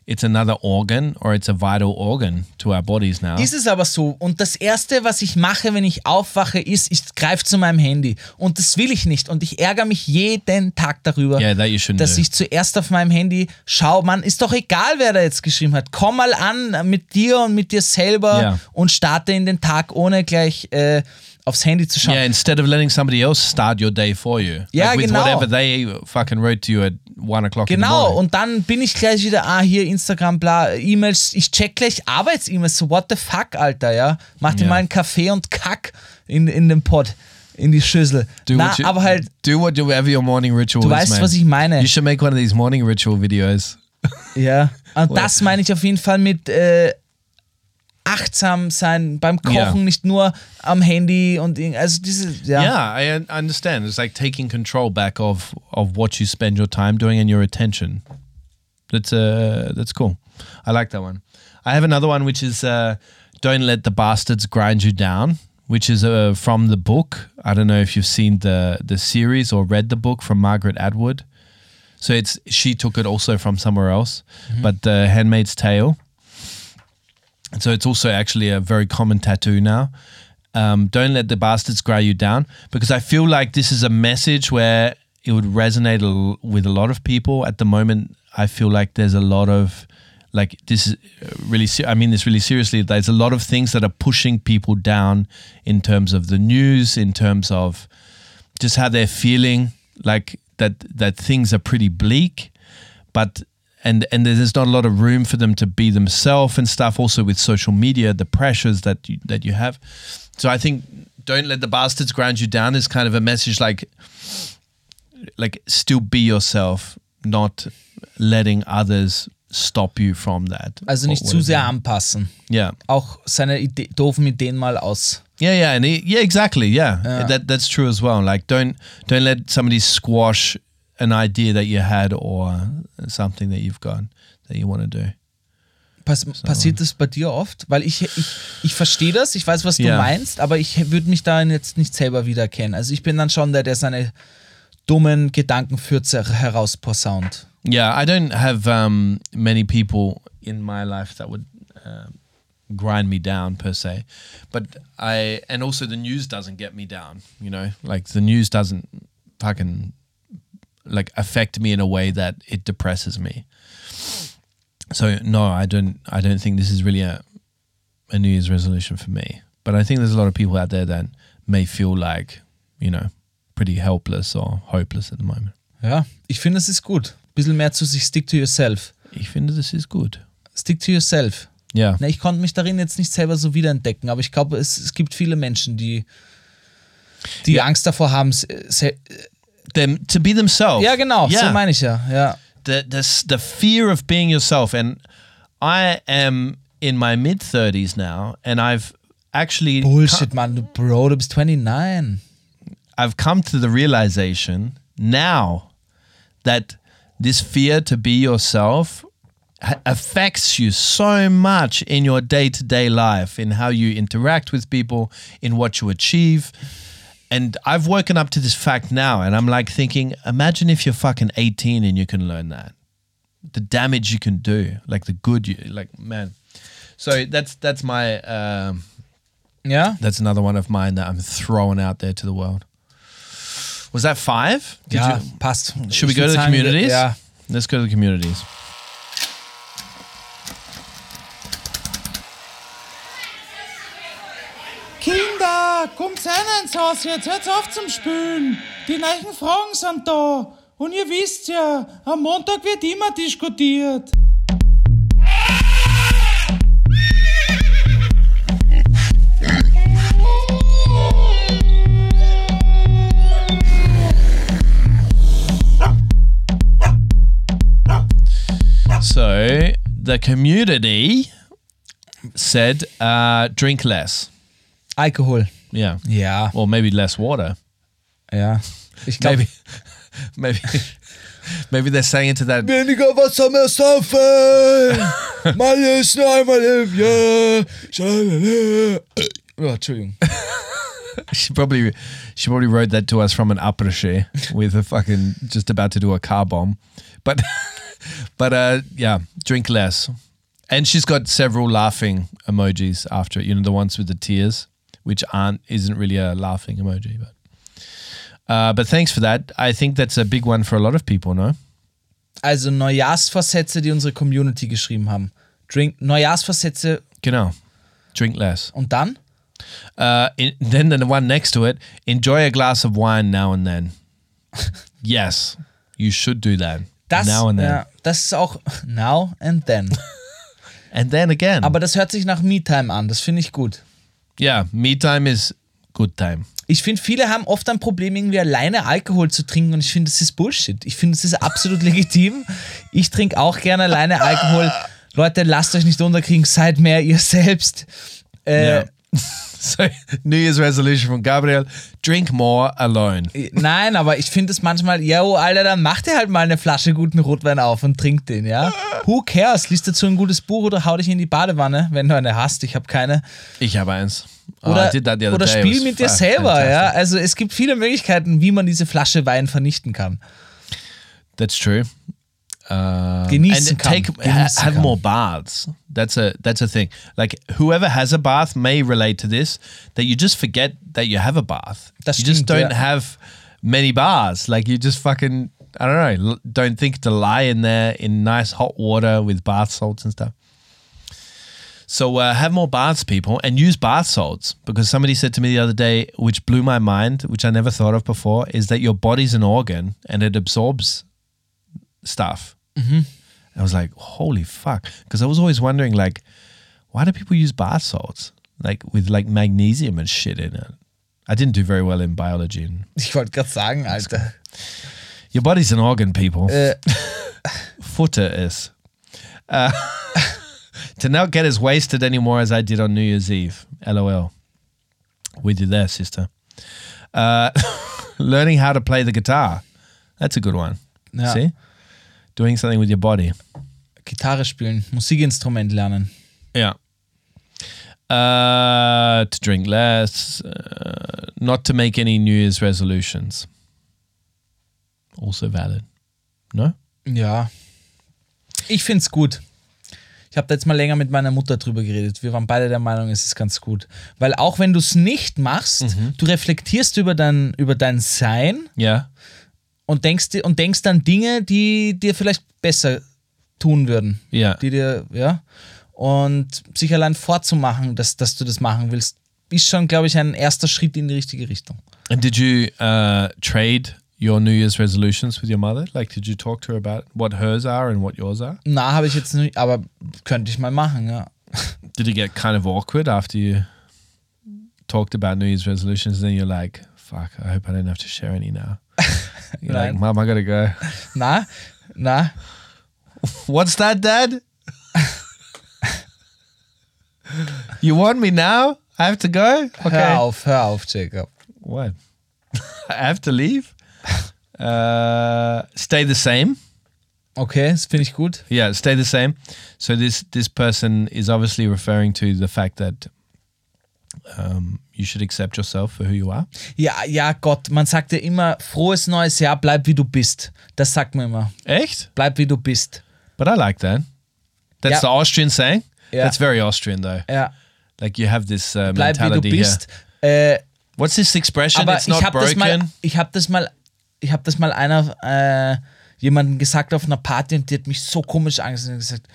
it's another organ or it's a vital organ to our bodies now.
Ist es aber so. Und das Erste, was ich mache, wenn ich aufwache, ist, ich greife zu meinem Handy. Und das will ich nicht. Und ich ärgere mich jeden Tag darüber,
Yeah, that you shouldn't
dass
do.
ich zuerst auf meinem Handy schaue. Mann, ist doch egal, wer da jetzt geschrieben hat. Komm mal an mit dir und mit dir selber
Ja.
und starte in den Tag, ohne gleich äh, aufs Handy zu schauen.
yeah, instead of letting somebody else start your day for you.
Yeah,
like with
genau.
whatever they fucking wrote to you at one o'clock in the
Genau,
morning.
und dann bin ich gleich wieder, ah, hier Instagram, bla, E-Mails, ich check gleich Arbeits-E-Mails, so what the fuck, Alter, ja. Mach dir
Ja.
mal einen Kaffee und kack in, in den Pott, in die Schüssel.
Do
Na,
what you,
aber halt,
do whatever your morning ritual
du
is,
weißt,
man.
was ich meine.
You should make one of these morning ritual videos.
Ja. Und das meine ich auf jeden Fall mit äh, achtsam sein beim Kochen,
Ja.
nicht nur am Handy und irgend- also dieses, ja.
Yeah, I un- understand. It's like taking control back of of what you spend your time doing and your attention. That's uh that's cool. I like that one. I have another one which is uh, don't let the bastards grind you down, which is uh, from the book. I don't know if you've seen the the series or read the book from Margaret Atwood. So it's she took it also from somewhere else, but the Handmaid's Tale. And so it's also actually a very common tattoo now. Um, don't let the bastards grind you down because I feel like this is a message where it would resonate a l- with a lot of people at the moment. I feel like there's a lot of like this is uh, really se- I mean this really seriously. There's a lot of things that are pushing people down in terms of the news, in terms of just how they're feeling like that that things are pretty bleak but and and there's not a lot of room for them to be themselves and stuff also with social media the pressures that you, that you have so i think don't let the bastards ground you down is kind of a message like like still be yourself not letting others stop you from that
Also nicht
Or
zu sehr
whatever.
anpassen.
yeah
Auch seine Ide doofen Ideen mal aus.
yeah, yeah, and it, yeah, exactly, yeah. That that's true as well. Like, don't don't let somebody squash an idea that you had or something that you've got that you want to do.
Pass Passiert das bei dir oft? Weil ich, ich, ich verstehe das, ich weiß, was du
Ja.
meinst, aber ich würde mich da jetzt nicht selber wiedererkennen. Also ich bin dann schon der, der seine dummen Gedankenfürze herausposaunt.
Yeah, I don't have um, many people in my life that would um, grind me down per se, but I and also the news doesn't get me down. You know, like the news doesn't fucking like affect me in a way that it depresses me. So no, I don't. I don't think this is really a a New Year's resolution for me. But I think there's a lot of people out there that may feel like you know pretty helpless or hopeless at the moment.
Ja, ich finde, das ist gut. Bisschen mehr zu sich, stick to yourself.
Ich finde, this is good.
Stick to yourself.
Yeah.
Na, ich konnte mich darin jetzt nicht selber so wiederentdecken, aber ich glaube, es, es gibt viele Menschen, die, die Angst davor haben. s- äh, se-
them to be themselves.
Ja, genau,
Yeah.
so meine ich ja. ja.
the, the s- the fear of being yourself, and I am in my mid thirties now, and I've actually
Bullshit, Mann, du Bro, du bist 29.
I've come to the realization now that this fear to be yourself ha- affects you so much in your day to day life, in how you interact with people, in what you achieve. And I've woken up to this fact now, and I'm like thinking, imagine if you're fucking 18 and you can learn that. The damage you can do, like the good you, like, man. So that's that's my um,
Ja?
that's another one of mine that I'm throwing out there to the world. Was that five? Did
ja,
you-
passt.
should we
Ich
go
würd
to the
sagen, wir-
communities?
Ja.
Let's go to the communities.
Kinder, kommt rein ins Haus jetzt, hört auf zum Spülen. Die neuen Fragen sind da. Und ihr wisst ja, am Montag wird immer diskutiert.
So the community said, uh, drink less.
Alkohol.
Yeah.
Ja.
Or maybe less water.
Ja. Ich glaube.
Maybe, maybe, maybe they're saying to that.
Weniger Wasser, mehr saufen! Mal ist nur einmal im Jahr. Schalala. Oh, Entschuldigung.
She probably, she probably wrote that to us from an approche with a fucking just about to do a car bomb, but, but uh, yeah, drink less, and she's got several laughing emojis after it. You know the ones with the tears, which aren't isn't really a laughing emoji, but. Uh, but thanks for that. I think that's a big one for a lot of people, no?
Also Neujahrsvorsätze, die unsere Community geschrieben haben. Drink Neujahrsvorsätze
Genau. Drink less.
und dann?
Uh, in, then the one next to it, enjoy a glass of wine now and then. yes, you should do that.
Das,
now and then.
Ja, das ist auch now and then.
And then again.
Aber das hört sich nach Me-Time an, das finde ich gut.
yeah, me time is good time.
Ich finde, viele haben oft ein Problem, irgendwie alleine Alkohol zu trinken und ich finde, das ist Bullshit. Ich finde, das ist absolut legitim. Ich trinke auch gerne alleine Alkohol. Leute, lasst euch nicht unterkriegen, seid mehr ihr selbst. Äh,
Yeah. so, New Year's resolution from Gabriel drink more alone.
Nein, aber ich finde es manchmal, ja, oh, Alter, dann mach dir halt mal eine Flasche guten Rotwein auf und trink den, ja. Who cares? Lies dazu ein gutes Buch oder hau dich in die Badewanne, wenn du eine hast. Ich habe keine.
Ich habe eins. Oh, I
Oder,
did that the other
oder
day. It
spiel
was
mit dir
fa-
selber, ja.
fantastic.
Also es gibt viele Möglichkeiten, wie man diese Flasche Wein vernichten kann.
That's true. Um,
Genießen
and
kann.
take ha,
Genießen
have
kann.
more baths. That's a that's a thing. Like whoever has a bath may relate to this that you just forget that you have a bath.
Das
you just
stimmt,
don't
ja.
have many baths. Like you just fucking I don't know. l- Don't think to lie in there in nice hot water with bath salts and stuff. So uh, have more baths, people, and use bath salts because somebody said to me the other day, which blew my mind, which I never thought of before, is that your body's an organ and it absorbs stuff. I was like, holy fuck. Because I was always wondering, like, why do people use bath salts? Like, with like magnesium and shit in it. I didn't do very well in biology. And
Ich wollte gerade sagen, Alter.
your body's an organ, people.
Äh,
Footer is. Uh, to not get as wasted anymore as I did on New Year's Eve. LOL. With you there, sister. Uh, learning how to play the guitar. That's a good one.
Ja.
See? Doing something with your body.
Gitarre spielen, Musikinstrument lernen.
Yeah. Uh, to drink less, uh, not to make any New Year's resolutions. Also valid. No?
Ja. Ich find's gut. Ich habe da jetzt mal länger mit meiner Mutter drüber geredet. Wir waren beide der Meinung, es ist ganz gut. Weil auch wenn du es nicht machst,
Mhm.
du reflektierst über dein, über dein Sein
Yeah.
und denkst, dir- und denkst an Dinge, die dir vielleicht besser tun würden.
Yeah.
Die dir, ja. Und sich allein vorzumachen, dass, dass du das machen willst, ist schon, glaube ich, ein erster Schritt in die richtige Richtung.
And did you uh, trade your New Year's resolutions with your mother? Like, did you talk to her about what hers are and what yours are?
Na, habe ich jetzt nicht, aber könnte ich mal machen, ja.
Did it get kind of awkward after you talked about New Year's resolutions? And then you're like, fuck, I hope I don't have to share any now. You're like,
Right.
Mom, I gotta go.
Na, na,
What's that, Dad? you want me now? I have to go?
hör auf, hör auf, Jacob.
What? I have to leave? Uh, stay the same.
Okay, das finde ich gut.
Yeah, stay the same. So this this person is obviously referring to the fact that um, you should accept yourself for who you are.
Ja, ja, Gott, man sagt ja immer, frohes neues Jahr, bleib wie du bist. Das sagt man immer.
Echt?
Bleib wie du bist.
But I like that.
Yeah.
That's the Austrian saying.
Yeah.
That's very Austrian though.
Ja,
Like you have this uh,
bleib wie du
mentality here.
bist. Äh,
What's this expression?
aber
it's
ich
not
habe das
broken.
mal, ich habe das mal, ich habe das mal einer äh, jemanden gesagt auf einer Party und die hat mich so komisch angesehen und gesagt,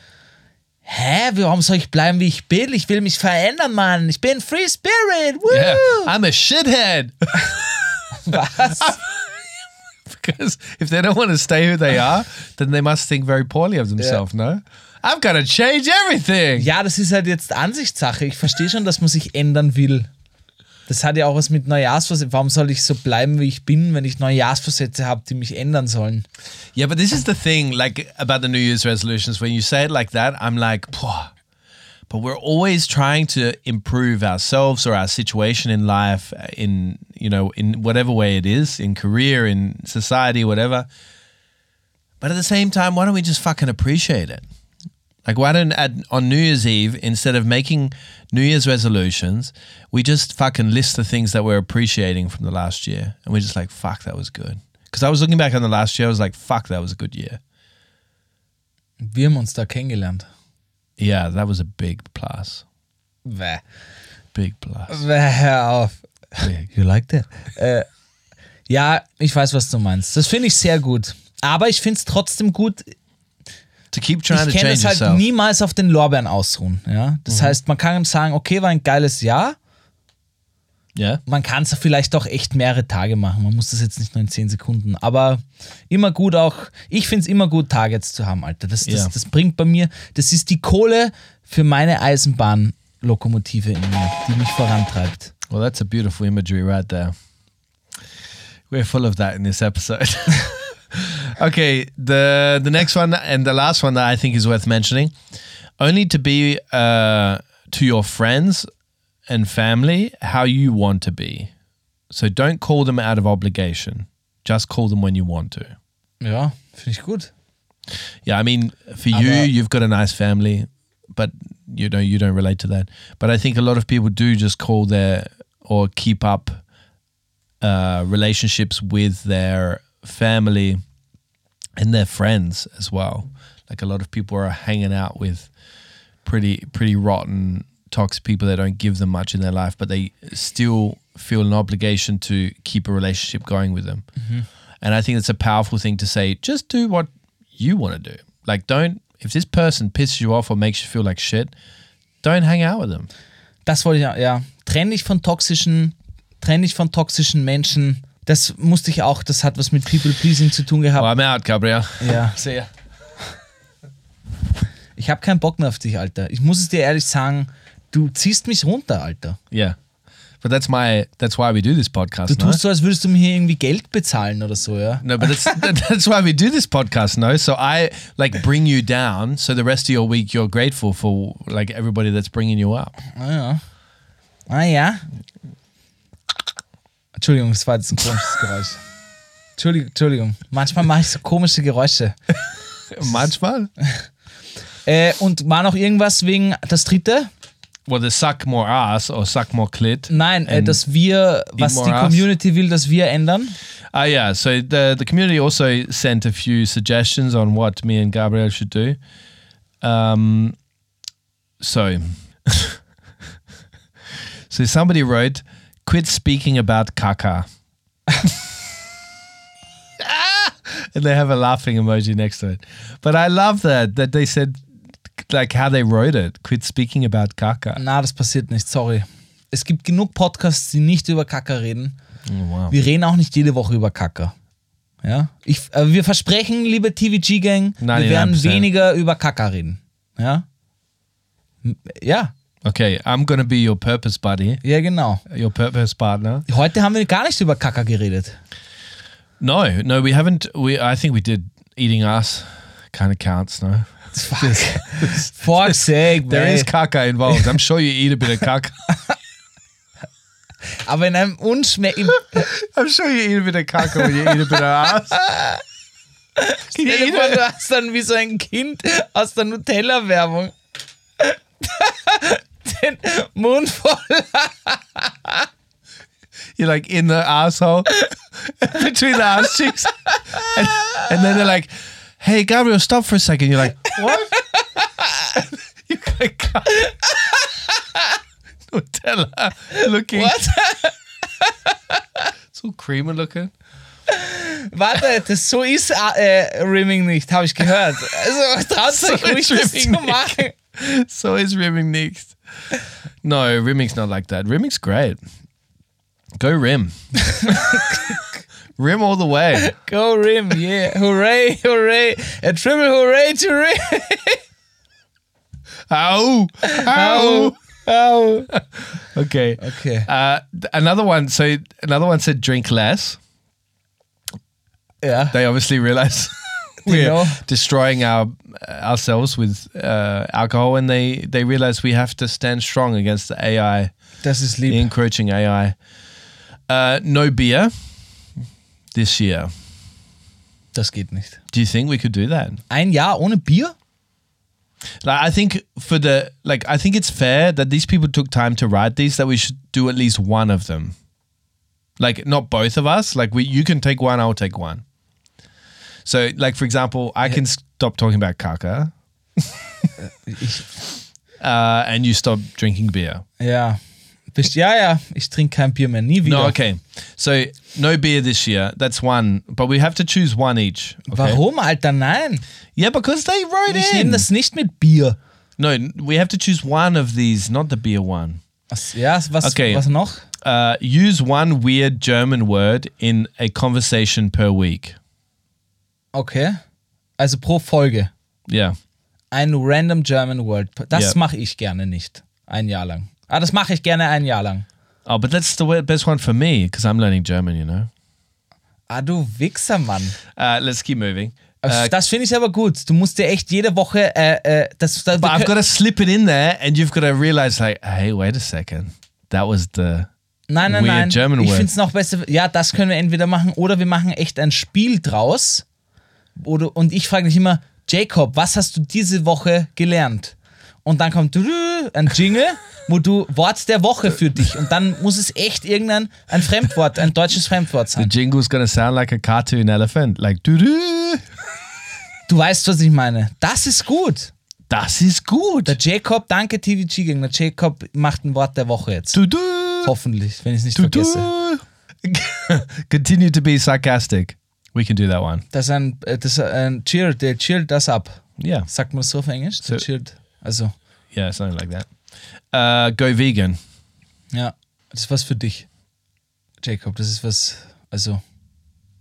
hä, warum soll ich bleiben, wie ich bin? Ich will mich verändern, Mann. Ich bin Free Spirit. Woo!
yeah, I'm a shithead.
Was?
because if they don't want to stay who they are, then they must think very poorly of themselves. No, I've got to change everything.
Ja, das ist halt jetzt Ansichtssache. Ich verstehe schon, dass man sich ändern will. Das hat ja auch was mit Neujahrsvorsätzen. Warum soll ich so bleiben, wie ich bin, wenn ich Neujahrsvorsätze habe, die mich ändern sollen?
Yeah, but this is the thing, like about the New Year's resolutions. When you say it like that, I'm like, Pwah. but we're always trying to improve ourselves or our situation in life, uh, in you know, in whatever way it is, in career, in society, whatever. But at the same time, why don't we just fucking appreciate it? Like, why don't at, on New Year's Eve instead of making New Year's resolutions, we just fucking list the things that we're appreciating from the last year, and we're just like, fuck, that was good. Because I was looking back on the last year, I was like, fuck, that was a good year.
Wir haben uns da kennengelernt.
Yeah, that was a big plus.
Bäh.
Big plus.
Bäh, hör auf.
Big.
You like that? Äh, ja, ich weiß, was du meinst. Das finde ich sehr gut. Aber ich finde es trotzdem gut,
To keep trying
ich
to
kenne
change
es halt
yourself.
niemals auf den Lorbeeren ausruhen. Ja? Das heißt, man kann sagen, okay, war ein geiles Jahr.
yeah.
Man kann es vielleicht auch echt mehrere Tage machen. Man muss das jetzt nicht nur in 10 Sekunden. Aber immer gut auch, ich finde es immer gut, Targets zu haben, Alter. Das, das,
Ja.
das bringt bei mir, das ist die Kohle für meine Eisenbahnlokomotive in mir, die mich vorantreibt.
Well, that's a beautiful imagery right there. We're full of that in this episode. okay, the the next one and the last one that I think is worth mentioning, only to be uh, to your friends and family how you want to be. So don't call them out of obligation. Just call them when you want to.
Ja, finde ich gut.
Yeah, I mean, for you,
Aber-
you've got a nice family, but you know you don't relate to that. But I think a lot of people do just call their or keep up uh, relationships with their family and their friends as well. Like a lot of people are hanging out with pretty pretty rotten, toxic people that don't give them much in their life, but they still feel an obligation to keep a relationship going with them. And I think it's a powerful thing to say, just do what you want to do. Like, don't, if this person pisses you off or makes you feel like shit, don't hang out with them.
Das wollte ich ja, ja. Trenn dich von toxischen, trenn dich von toxischen Menschen. Das musste ich auch, das hat was mit People Pleasing zu tun
Oh,
gehabt.
I'm out, Gabriel.
Ja.
See ya.
Ich habe keinen Bock mehr auf dich, Alter. Ich muss es dir ehrlich sagen, du ziehst mich runter, Alter.
Yeah. But that's my, that's why we do this podcast.
Du
no?
tust so, als würdest du mir hier irgendwie Geld bezahlen oder so, ja.
No, but that's that's why we do this podcast, no? So I like bring you down, so the rest of your week you're grateful for like everybody that's bringing you up.
Ah ja. Ah ja. Entschuldigung, das war jetzt ein komisches Geräusch. Entschuldigung, Entschuldigung. Manchmal mache ich so komische Geräusche.
Manchmal.
Äh, und war noch irgendwas wegen das dritte?
Well, the suck more ass or suck more clit.
Nein, äh,
And-
dass wir, was die
more ass.
Community will, dass wir ändern.
Ah, yeah. So the the community also sent a few suggestions on what me and Gabriel should do. Um, so, so somebody wrote, "Quit speaking about caca," and they have a laughing emoji next to it. But I love that that they said, like how they wrote it, "Quit speaking about caca."
Na, das passiert nicht, sorry. Es gibt genug Podcasts, die nicht über Kacker reden.
Oh, wow.
Wir reden auch nicht jede Woche über Kacker. Ja? Ich, äh, wir versprechen, liebe TVG-Gang, wir werden
99%.
weniger über Kacker reden. Ja? M- Ja,
Okay, I'm gonna be your purpose buddy,
ja, genau.
your purpose partner.
Heute haben wir gar nicht über Kacker geredet.
No, no, we haven't. We I think we did eating ass kind of counts. No,
Fuck. Fuck's sake,
there
man.
is caca involved. I'm sure you eat a bit of caca.
Aber in einem unschmeckenden.
I'm sure you eat a bit of caca when you eat a bit of ass.
du hast dann wie so ein Kind aus der Nutella-Werbung. Den Mund voll.
You're like in the asshole between the ass cheeks, and, and then they're like, "Hey, Gabriel, stop for a second. You're like, "What?" You're like, "God." Nutella looking.
What?
It's all creamy looking.
Warte, das so ist äh, Rimming nicht, habe ich gehört. Also traut euch
So
ruhig,
ist
das zu
Rimming nicht.
machen.
so is rimming next. No, rimming's not like that. Rimming's great. Go rim. rim all the way.
Go Rim, yeah. Hooray, hooray. A triple hooray to Rim.
Ow! Ow! Oh. okay.
Okay.
Uh, th- another one. So another one said drink less.
Ja.
They obviously realize we're
know.
destroying our ourselves with uh, alcohol, and they they realize we have to stand strong against the AI,
Das ist
the
lieb.
encroaching AI. Uh, no beer this year.
Das geht nicht.
Do you think we could do that?
Ein Jahr ohne Bier?
Like I think for the like I think it's fair that these people took time to write these that we should do at least one of them. Like not both of us, like we you can take one, I'll take one. So like for example, I can stop talking about caca. uh, and you stop drinking beer.
Ja. Bist, ja, ja, ich trinke kein Bier mehr. Nie wieder.
No, okay. So no beer this year. That's one. But we have to choose one each. Okay?
Warum, Alter? Nein.
Yeah, because they wrote
Ich
in.
nehme das nicht mit Bier.
no, we have to choose one of these, not the beer one.
Was, ja, was,
Okay.
was noch?
uh, use one weird German word in a conversation per week.
Okay. Also pro Folge.
Yeah.
Ein random German Word. Das
Ja.
mache ich gerne nicht. Ein Jahr lang. Ah, das mache ich gerne ein Jahr lang.
Oh, but that's the we- best one for me because I'm learning German, you know.
Ah, du Wichser, Mann.
Uh, let's keep moving. Uh,
das finde ich aber gut. Du musst dir echt jede Woche äh, äh, das. das
but I've got to slip it in there, and you've got to realize, like, hey, wait a second. That was the.
nein, nein,
weird
nein.
German
ich
word.
finde es noch besser. Ja, das können wir entweder machen oder wir machen echt ein Spiel draus. Oder, und ich frage dich immer, Jacob, was hast du diese Woche gelernt? Und dann kommt drü- ein Jingle, wo du Wort der Woche für dich. Und dann muss es echt irgendein ein Fremdwort, ein deutsches Fremdwort
The
sein.
jingle's going to sound like a cartoon elephant. Like, doo doo.
Du weißt, was ich meine. Das ist gut.
Das ist gut.
Der Jacob, danke TVG gegen. Der Jacob macht ein Wort der Woche jetzt.
Doo doo.
Hoffentlich, wenn ich es nicht
Doo
vergesse.
doo. Continue to be sarcastic. We can do that one.
Das ist ein, äh, das ist ein Cheer, der cheert das ab.
Yeah.
Sagt man das so auf Englisch? Der
So-
cheert. Also,
Yeah, something like that. Uh, go vegan.
ja. Das ist was für dich, Jacob. Das ist was, also,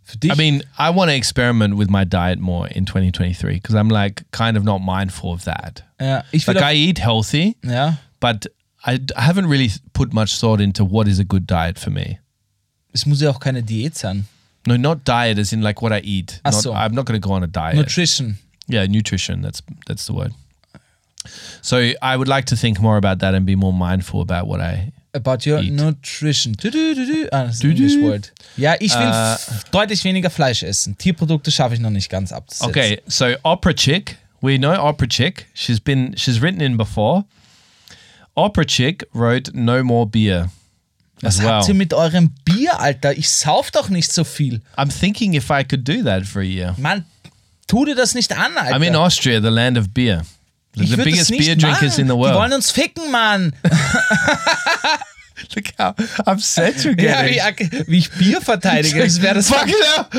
für dich.
I mean, I want to experiment with my diet more in 2023 because I'm like kind of not mindful of that.
ja, ich will
Like I
auch,
eat healthy,
ja,
but I, I haven't really put much thought into what is a good diet for me.
es muss ja auch keine Diät sein.
No, not diet as in like what I eat.
Ah,
Not-
so.
I'm not going to go on a diet.
Nutrition.
yeah, nutrition. That's that's the word. So I would like to think more about that and be more mindful about what I.
About your
Eat.
nutrition. Du, du, du, du. Ah, das ist ein
Du, du.
English word. Ja, ich will
Äh.
f- deutlich weniger Fleisch essen. Tierprodukte schaffe ich noch nicht ganz abzusetzen.
Okay, so opera chick. We know opera chick. She's been she's written in before. Opera chick wrote no more beer.
Was
as well.
habt ihr mit eurem Bier, Alter? Ich sauf doch nicht so viel.
I'm thinking if I could do that for a year.
Mann, tu dir das nicht an, Alter.
I'm in Austria, the land of beer. The,
Ich
the
würd
biggest
das nicht
beer drinkers
machen.
in the
Die wollen
world.
uns ficken, Mann.
Look how upset you're
Ja, wie,
getting.
wie ich Bier verteidige. Das wäre das,
Fuck it up!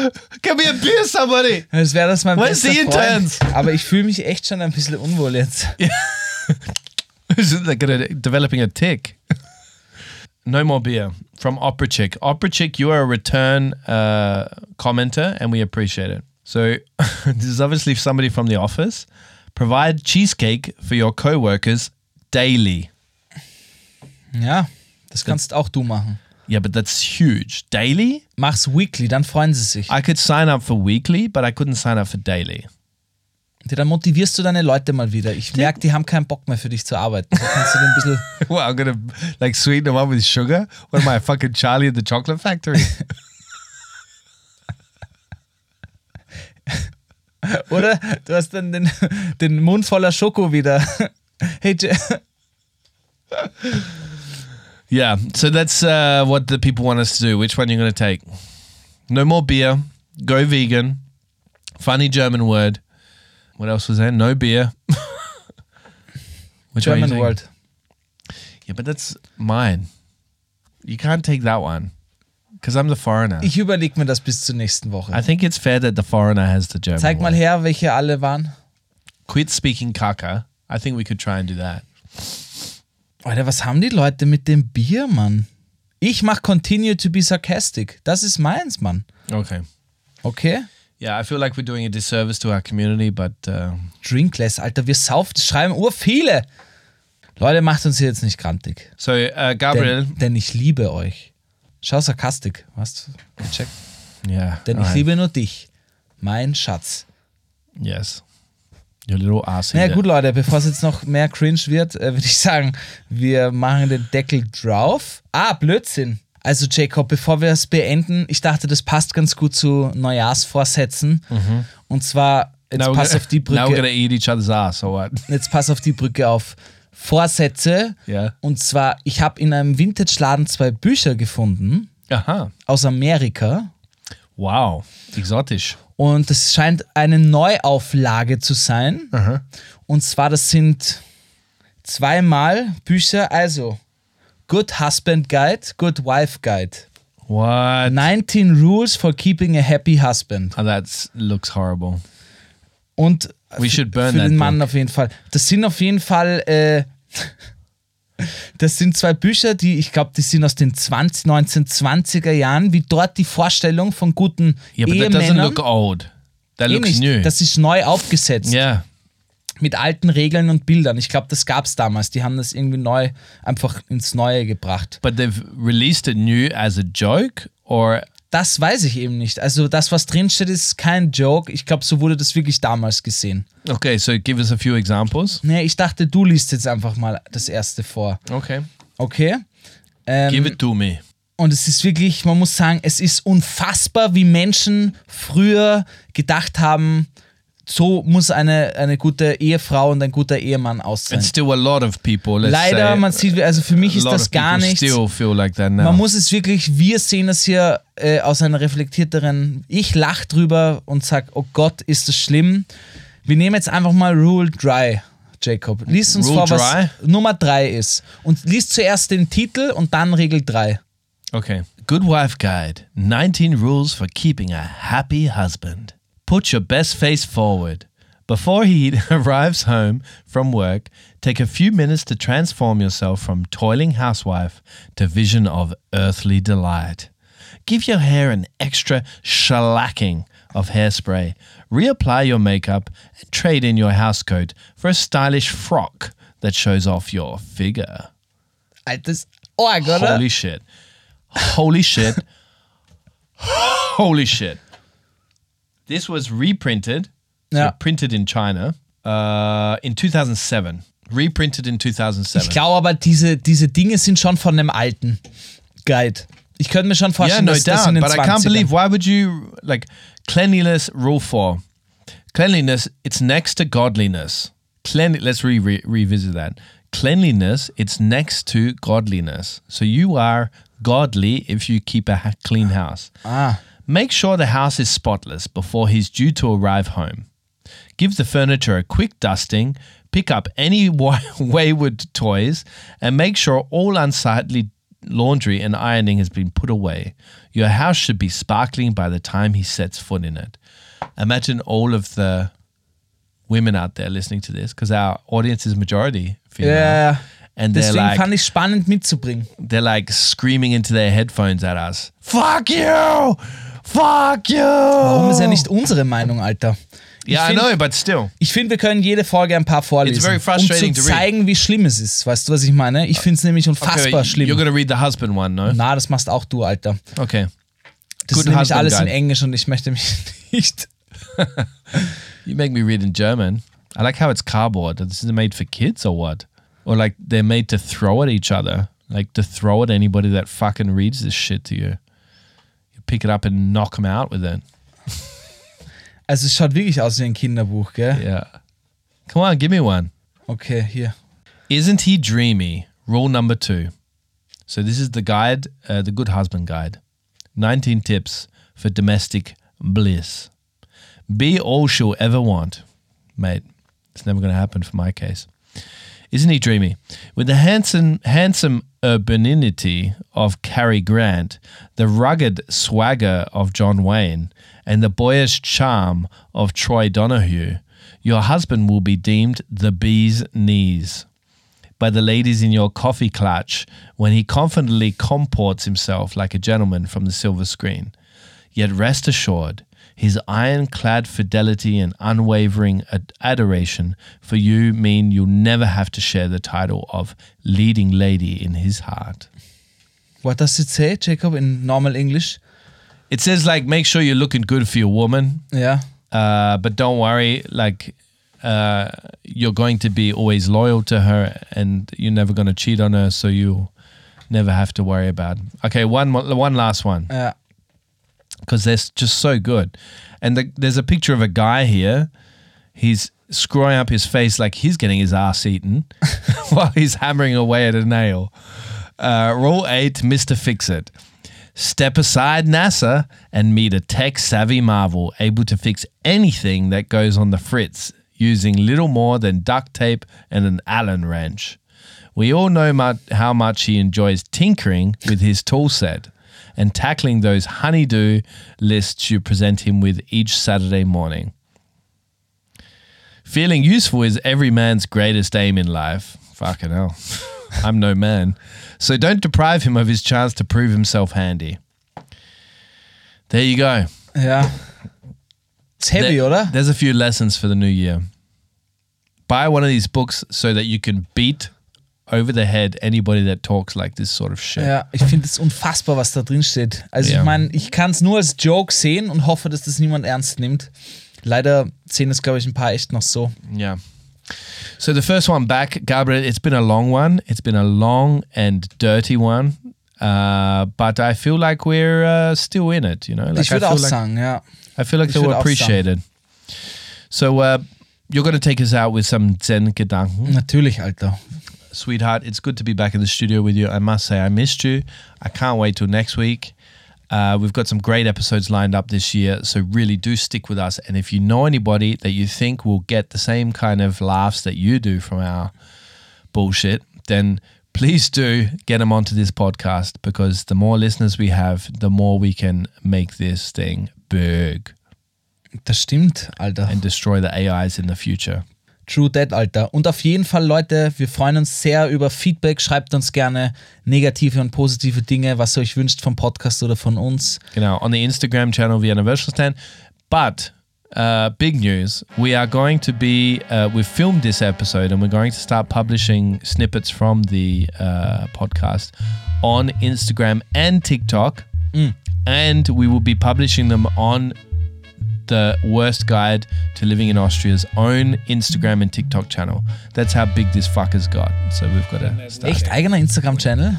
Give me a beer, somebody!
das, wär das mein
Where's
bester
the
Freund.
interns?
Aber ich fühle mich echt schon ein bisschen unwohl jetzt.
Is it gonna developing a tick? no more beer from Opera Chick. Opera Chick, you are a return uh, commenter, and we appreciate it. So this is obviously somebody from the office. Provide cheesecake for your coworkers daily.
Ja, das kannst auch du machen.
Yeah, but that's huge. Daily?
Mach's weekly, dann freuen sie sich.
I could sign up for weekly, but I couldn't sign up for daily.
Ja, Dann motivierst du deine Leute mal wieder. Ich merke, die haben keinen Bock mehr für dich zu arbeiten. Da kannst du dir ein bisschen.
Well, I'm gonna like sweeten them up with sugar. What am I, fucking Charlie at the chocolate factory?
Oder du hast dann den, den Mund voller Schoko wieder. Hey, Ja-
yeah. So that's uh, what the people want us to do. Which one you gonna take? No more beer. Go vegan. Funny German word. What else was there? No beer. Which one you
German
taking?
World.
Yeah, but that's mine. You can't take that one because I'm the foreigner.
Ich überlege mir das bis zur nächsten
I
Woche.
think it's fair that the foreigner has the German.
Zeig mal
word.
her, welche alle waren.
Quit speaking caca. I think we could try and do that.
Alter, was haben die Leute mit dem Bier, Mann? Ich mach Continue to be sarcastic. Das ist meins, Mann.
Okay.
Okay?
Yeah, I feel like we're doing a disservice to our community, but uh,
Drinkless, Alter, wir saufen, das schreiben ur viele. Leute, macht uns hier jetzt nicht grantig.
So, uh, Gabriel.
Denn, denn ich liebe euch. Schau, Sarkastik. Hast du gecheckt?
yeah.
Denn ich
alright.
liebe nur dich. Mein Schatz.
Yes. Your little ass.
Na
eater.
naja, gut, Leute, bevor es jetzt noch mehr cringe wird, äh, würde ich sagen, wir machen den Deckel drauf. Ah, Blödsinn. Also, Jacob, bevor wir es beenden, ich dachte, das passt ganz gut zu Neujahrsvorsätzen. Und zwar, jetzt
Now we're
pass
gonna-
auf die
Now we're gonna
Brücke.
eat each other's ass or what?
Jetzt pass auf die Brücke auf. Vorsätze.
Ja.
Und zwar, ich habe in einem Vintage-Laden zwei Bücher gefunden
Aha.
aus Amerika.
Uh-huh. Wow. Exotisch.
Und es scheint eine Neuauflage zu sein. Und zwar, das sind zweimal Bücher, also Good Husband Guide, Good Wife Guide.
What?
19 Rules for Keeping a Happy Husband.
Oh, that looks horrible.
Und
We should burn
für
that
den Mann
book.
auf jeden Fall. Das sind auf jeden Fall, äh, das sind zwei Bücher, die ich glaube, die sind aus den 20, 1920er Jahren, wie dort die Vorstellung von guten
Yeah, but that doesn't
Ehemännern.
look old. That
Eh
looks
nicht.
new.
Das ist neu aufgesetzt.
yeah.
mit alten Regeln und Bildern. Ich glaube, das gab es damals. Die haben das irgendwie neu einfach ins Neue gebracht.
But they've released it new as a joke or
Das weiß ich eben nicht. Also das, was drinsteht, ist kein Joke. Ich glaube, so wurde das wirklich damals gesehen.
okay, so give us a few examples.
Nee, ich dachte, du liest jetzt einfach mal das erste vor.
Okay.
Okay?
Give
Ähm,
it to me.
und es ist wirklich, man muss sagen, es ist unfassbar, wie Menschen früher gedacht haben, so muss eine, eine gute Ehefrau und ein guter Ehemann aussehen.
And still a lot of people. Let's
Leider,
say,
man sieht, also für mich
a
ist
lot
das
of
gar
people
nichts.
Still feel like that now.
Man muss es wirklich, wir sehen es hier äh, aus einer reflektierteren, ich lache drüber und sag, oh Gott, ist das schlimm. Wir nehmen jetzt einfach mal Rule Dry, Jacob. Lies uns
Rule
vor, was
Dry?
Nummer 3 ist. Und lies zuerst den Titel und dann Regel 3.
Okay. Good Wife Guide 19 Rules for Keeping a Happy Husband. Put your best face forward. Before he arrives home from work, take a few minutes to transform yourself from toiling housewife to vision of earthly delight. Give your hair an extra shellacking of hairspray. Reapply your makeup and trade in your housecoat for a stylish frock that shows off your figure.
Altes Org, oder?
Holy shit. Holy shit. Holy shit. This was reprinted. so
Yeah.
Printed in China uh, in 2007. Reprinted in
ich
2007.
glaube aber, diese, diese Dinge sind schon von einem alten Guide. Ich könnte mir schon
yeah,
vorstellen,
no
dass das in
doubt.
den
But I can't
20ern
believe why would you like cleanliness rule four? Cleanliness, it's next to godliness. Clean, let's re- re- revisit that. Cleanliness, it's next to godliness. So you are godly if you keep a ha- clean house.
Ah.
Make sure the house is spotless before he's due to arrive home. Give the furniture a quick dusting, pick up any wa- wayward toys, and make sure all unsightly laundry and ironing has been put away. Your house should be sparkling by the time he sets foot in it. Imagine all of the women out there listening to this, because our audience is majority female.
Yeah.
And they're
Deswegen
like,
fand ich spannend mitzubringen.
they're like screaming into their headphones at us. Fuck you! Fuck you!
Warum ist ja nicht unsere Meinung, Alter? Ich
Yeah, Oh. I
find-
know, but still.
Ich finde, wir können jede Folge ein paar vorlesen,
It's very frustrating
um
to
zu
read. Ah.
zeigen, wie schlimm es ist. Weißt du, was ich meine? Ich finde es nämlich
Okay,
unfassbar
You're
schlimm.
gonna read the husband one, no?
Na, das machst auch du, Alter.
Okay.
Das
Good
ist nämlich
husband
alles in
guy.
Englisch und ich möchte mich nicht.
You make me read in German. I like how it's cardboard. This is made for kids or what? Or like they're made to throw at each other. Like to throw at anybody that fucking reads this shit to you. You pick it up and knock them out with it.
Also, es schaut wirklich aus wie ein Kinderbuch, gell?
Yeah. Come on, give me one.
Okay, hier.
Isn't he dreamy? Rule number two. So this is the guide, uh, the Good Husband Guide. 19 tips for domestic bliss. Be all she'll ever want, mate. It's never going to happen for my case. Isn't he dreamy? With the handsome, handsome urbanity of Cary Grant, the rugged swagger of John Wayne, and the boyish charm of Troy Donahue, your husband will be deemed the bee's knees by the ladies in your coffee clutch when he confidently comports himself like a gentleman from the silver screen. Yet rest assured, His ironclad fidelity and unwavering ad- adoration for you mean you'll never have to share the title of leading lady in his heart.
What does it say, Jacob, in normal English?
It says, like, make sure you're looking good for your woman,
Ja.
uh, but don't worry, like, uh, you're going to be always loyal to her and you're never going to cheat on her, so you'll never have to worry about. Okay, one, mo- one last one.
Ja.
because they're s- just so good. And the, there's a picture of a guy here. He's screwing up his face like he's getting his ass eaten while he's hammering away at a nail. Uh, rule eight, Mister Fix It. Step aside, NASA, and meet a tech-savvy marvel able to fix anything that goes on the fritz using little more than duct tape and an Allen wrench. We all know mu- how much he enjoys tinkering with his tool set and tackling those honeydew lists you present him with each Saturday morning. Feeling useful is every man's greatest aim in life. Fucking hell. I'm no man. So don't deprive him of his chance to prove himself handy. There you go.
Ja. Ist heavy,
There-
oder?
There's a few lessons for the new year. Buy one of these books so that you can beat over the head anybody that talks like this sort of shit.
Ja, ich finde es unfassbar, was da drin steht. Also
Ja.
ich meine, ich kann es nur als Joke sehen und hoffe, dass das niemand ernst nimmt. Leider sehen es, glaube ich, ein paar echt noch so.
Yeah. So the first one back, Gabriel, it's been a long one. It's been a long and dirty one. Uh, but I feel like we're uh, still in it, you know? Like
ich würde
I
auch
feel like,
sagen, ja.
I feel like
ich
they
würde
were
auch
appreciated. So uh, you're going to take us out with some Zen Gedanken.
Natürlich, Alter.
Sweetheart, it's good to be back in the studio with you. I must say, I missed you. I can't wait till next week. Uh, we've got some great episodes lined up this year, so really do stick with us. And if you know anybody that you think will get the same kind of laughs that you do from our bullshit, then please do get them onto this podcast because the more listeners we have, the more we can make this thing big
Das stimmt, Alter.
and destroy the AIs in the future.
True that, Alter. Und auf jeden Fall, Leute, wir freuen uns sehr über Feedback. Schreibt uns gerne negative und positive Dinge, was ihr euch wünscht vom Podcast oder von uns.
Genau, on the Instagram channel, the Universal Stand. But uh, big news, we are going to be, uh, we've filmed this episode and we're going to start publishing snippets from the uh, podcast on Instagram and TikTok. And we will be publishing them on the worst guide to living in Austria's own Instagram and TikTok channel. That's how big this fucker's got. So we've got to start.
Echt eigener Instagram-Channel?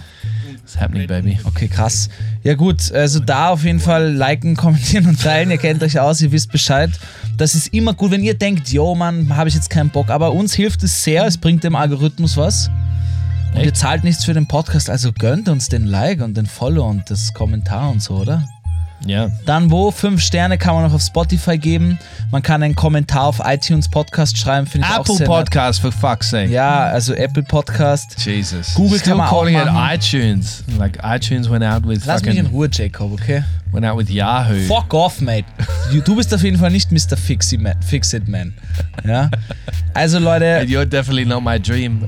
It's happening, baby.
Okay, krass. Ja gut, also da auf jeden Fall liken, kommentieren und teilen. Ihr kennt euch aus, ihr wisst Bescheid. Das ist immer gut, wenn ihr denkt, yo Mann, habe ich jetzt keinen Bock. Aber uns hilft es sehr, es bringt dem Algorithmus was. Und ihr zahlt nichts für den Podcast, also gönnt uns den Like und den Follow und das Kommentar und so, oder?
Yeah.
Dann wo? Fünf Sterne kann man noch auf Spotify geben. Man kann einen Kommentar auf iTunes Podcast schreiben, finde ich auch
Apple
sehr nett.
Podcast, for fuck's sake.
Ja, also Apple Podcast.
Jesus.
Google
Still
kann man auch
calling it
machen.
iTunes. Like iTunes went out with
Lass mich in
fucking,
Ruhe, Jacob, okay?
went out with Yahoo.
Fuck off, mate. Du- Du bist auf jeden Fall nicht Mr. Fixi Man, Fix It Man. Ja? Also Leute,
And you're definitely not my dream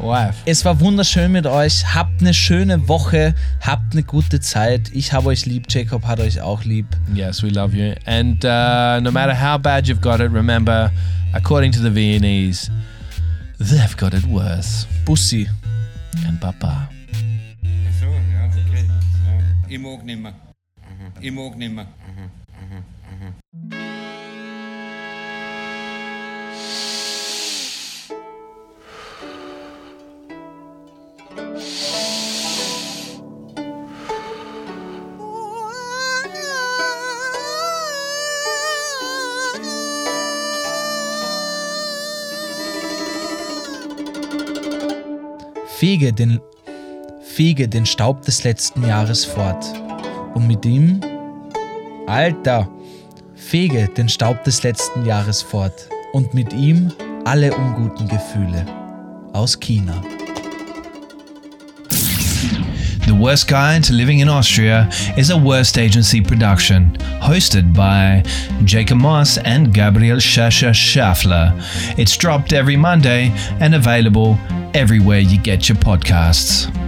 wife.
es war wunderschön mit euch. Habt eine schöne Woche, habt eine gute Zeit. Ich habe euch lieb, Jacob hat euch auch lieb.
Yes, we love you. And uh, no matter how bad you've got it, remember, according to the Viennese, they've got it worse.
Bussi.
And bye-bye.
So, ja, okay. Ja. Ich mag nicht mehr. Ich mag nicht mehr.
Fege den, fege den Staub des letzten Jahres fort. Und mit ihm... Alter! Fege den Staub des letzten Jahres fort. Und mit ihm alle unguten Gefühle. Aus China.
The Worst Guide to Living in Austria is a Worst Agency production, hosted by Jacob Moss and Gabriel Schascha Schaffler. It's dropped every Monday and available everywhere you get your podcasts.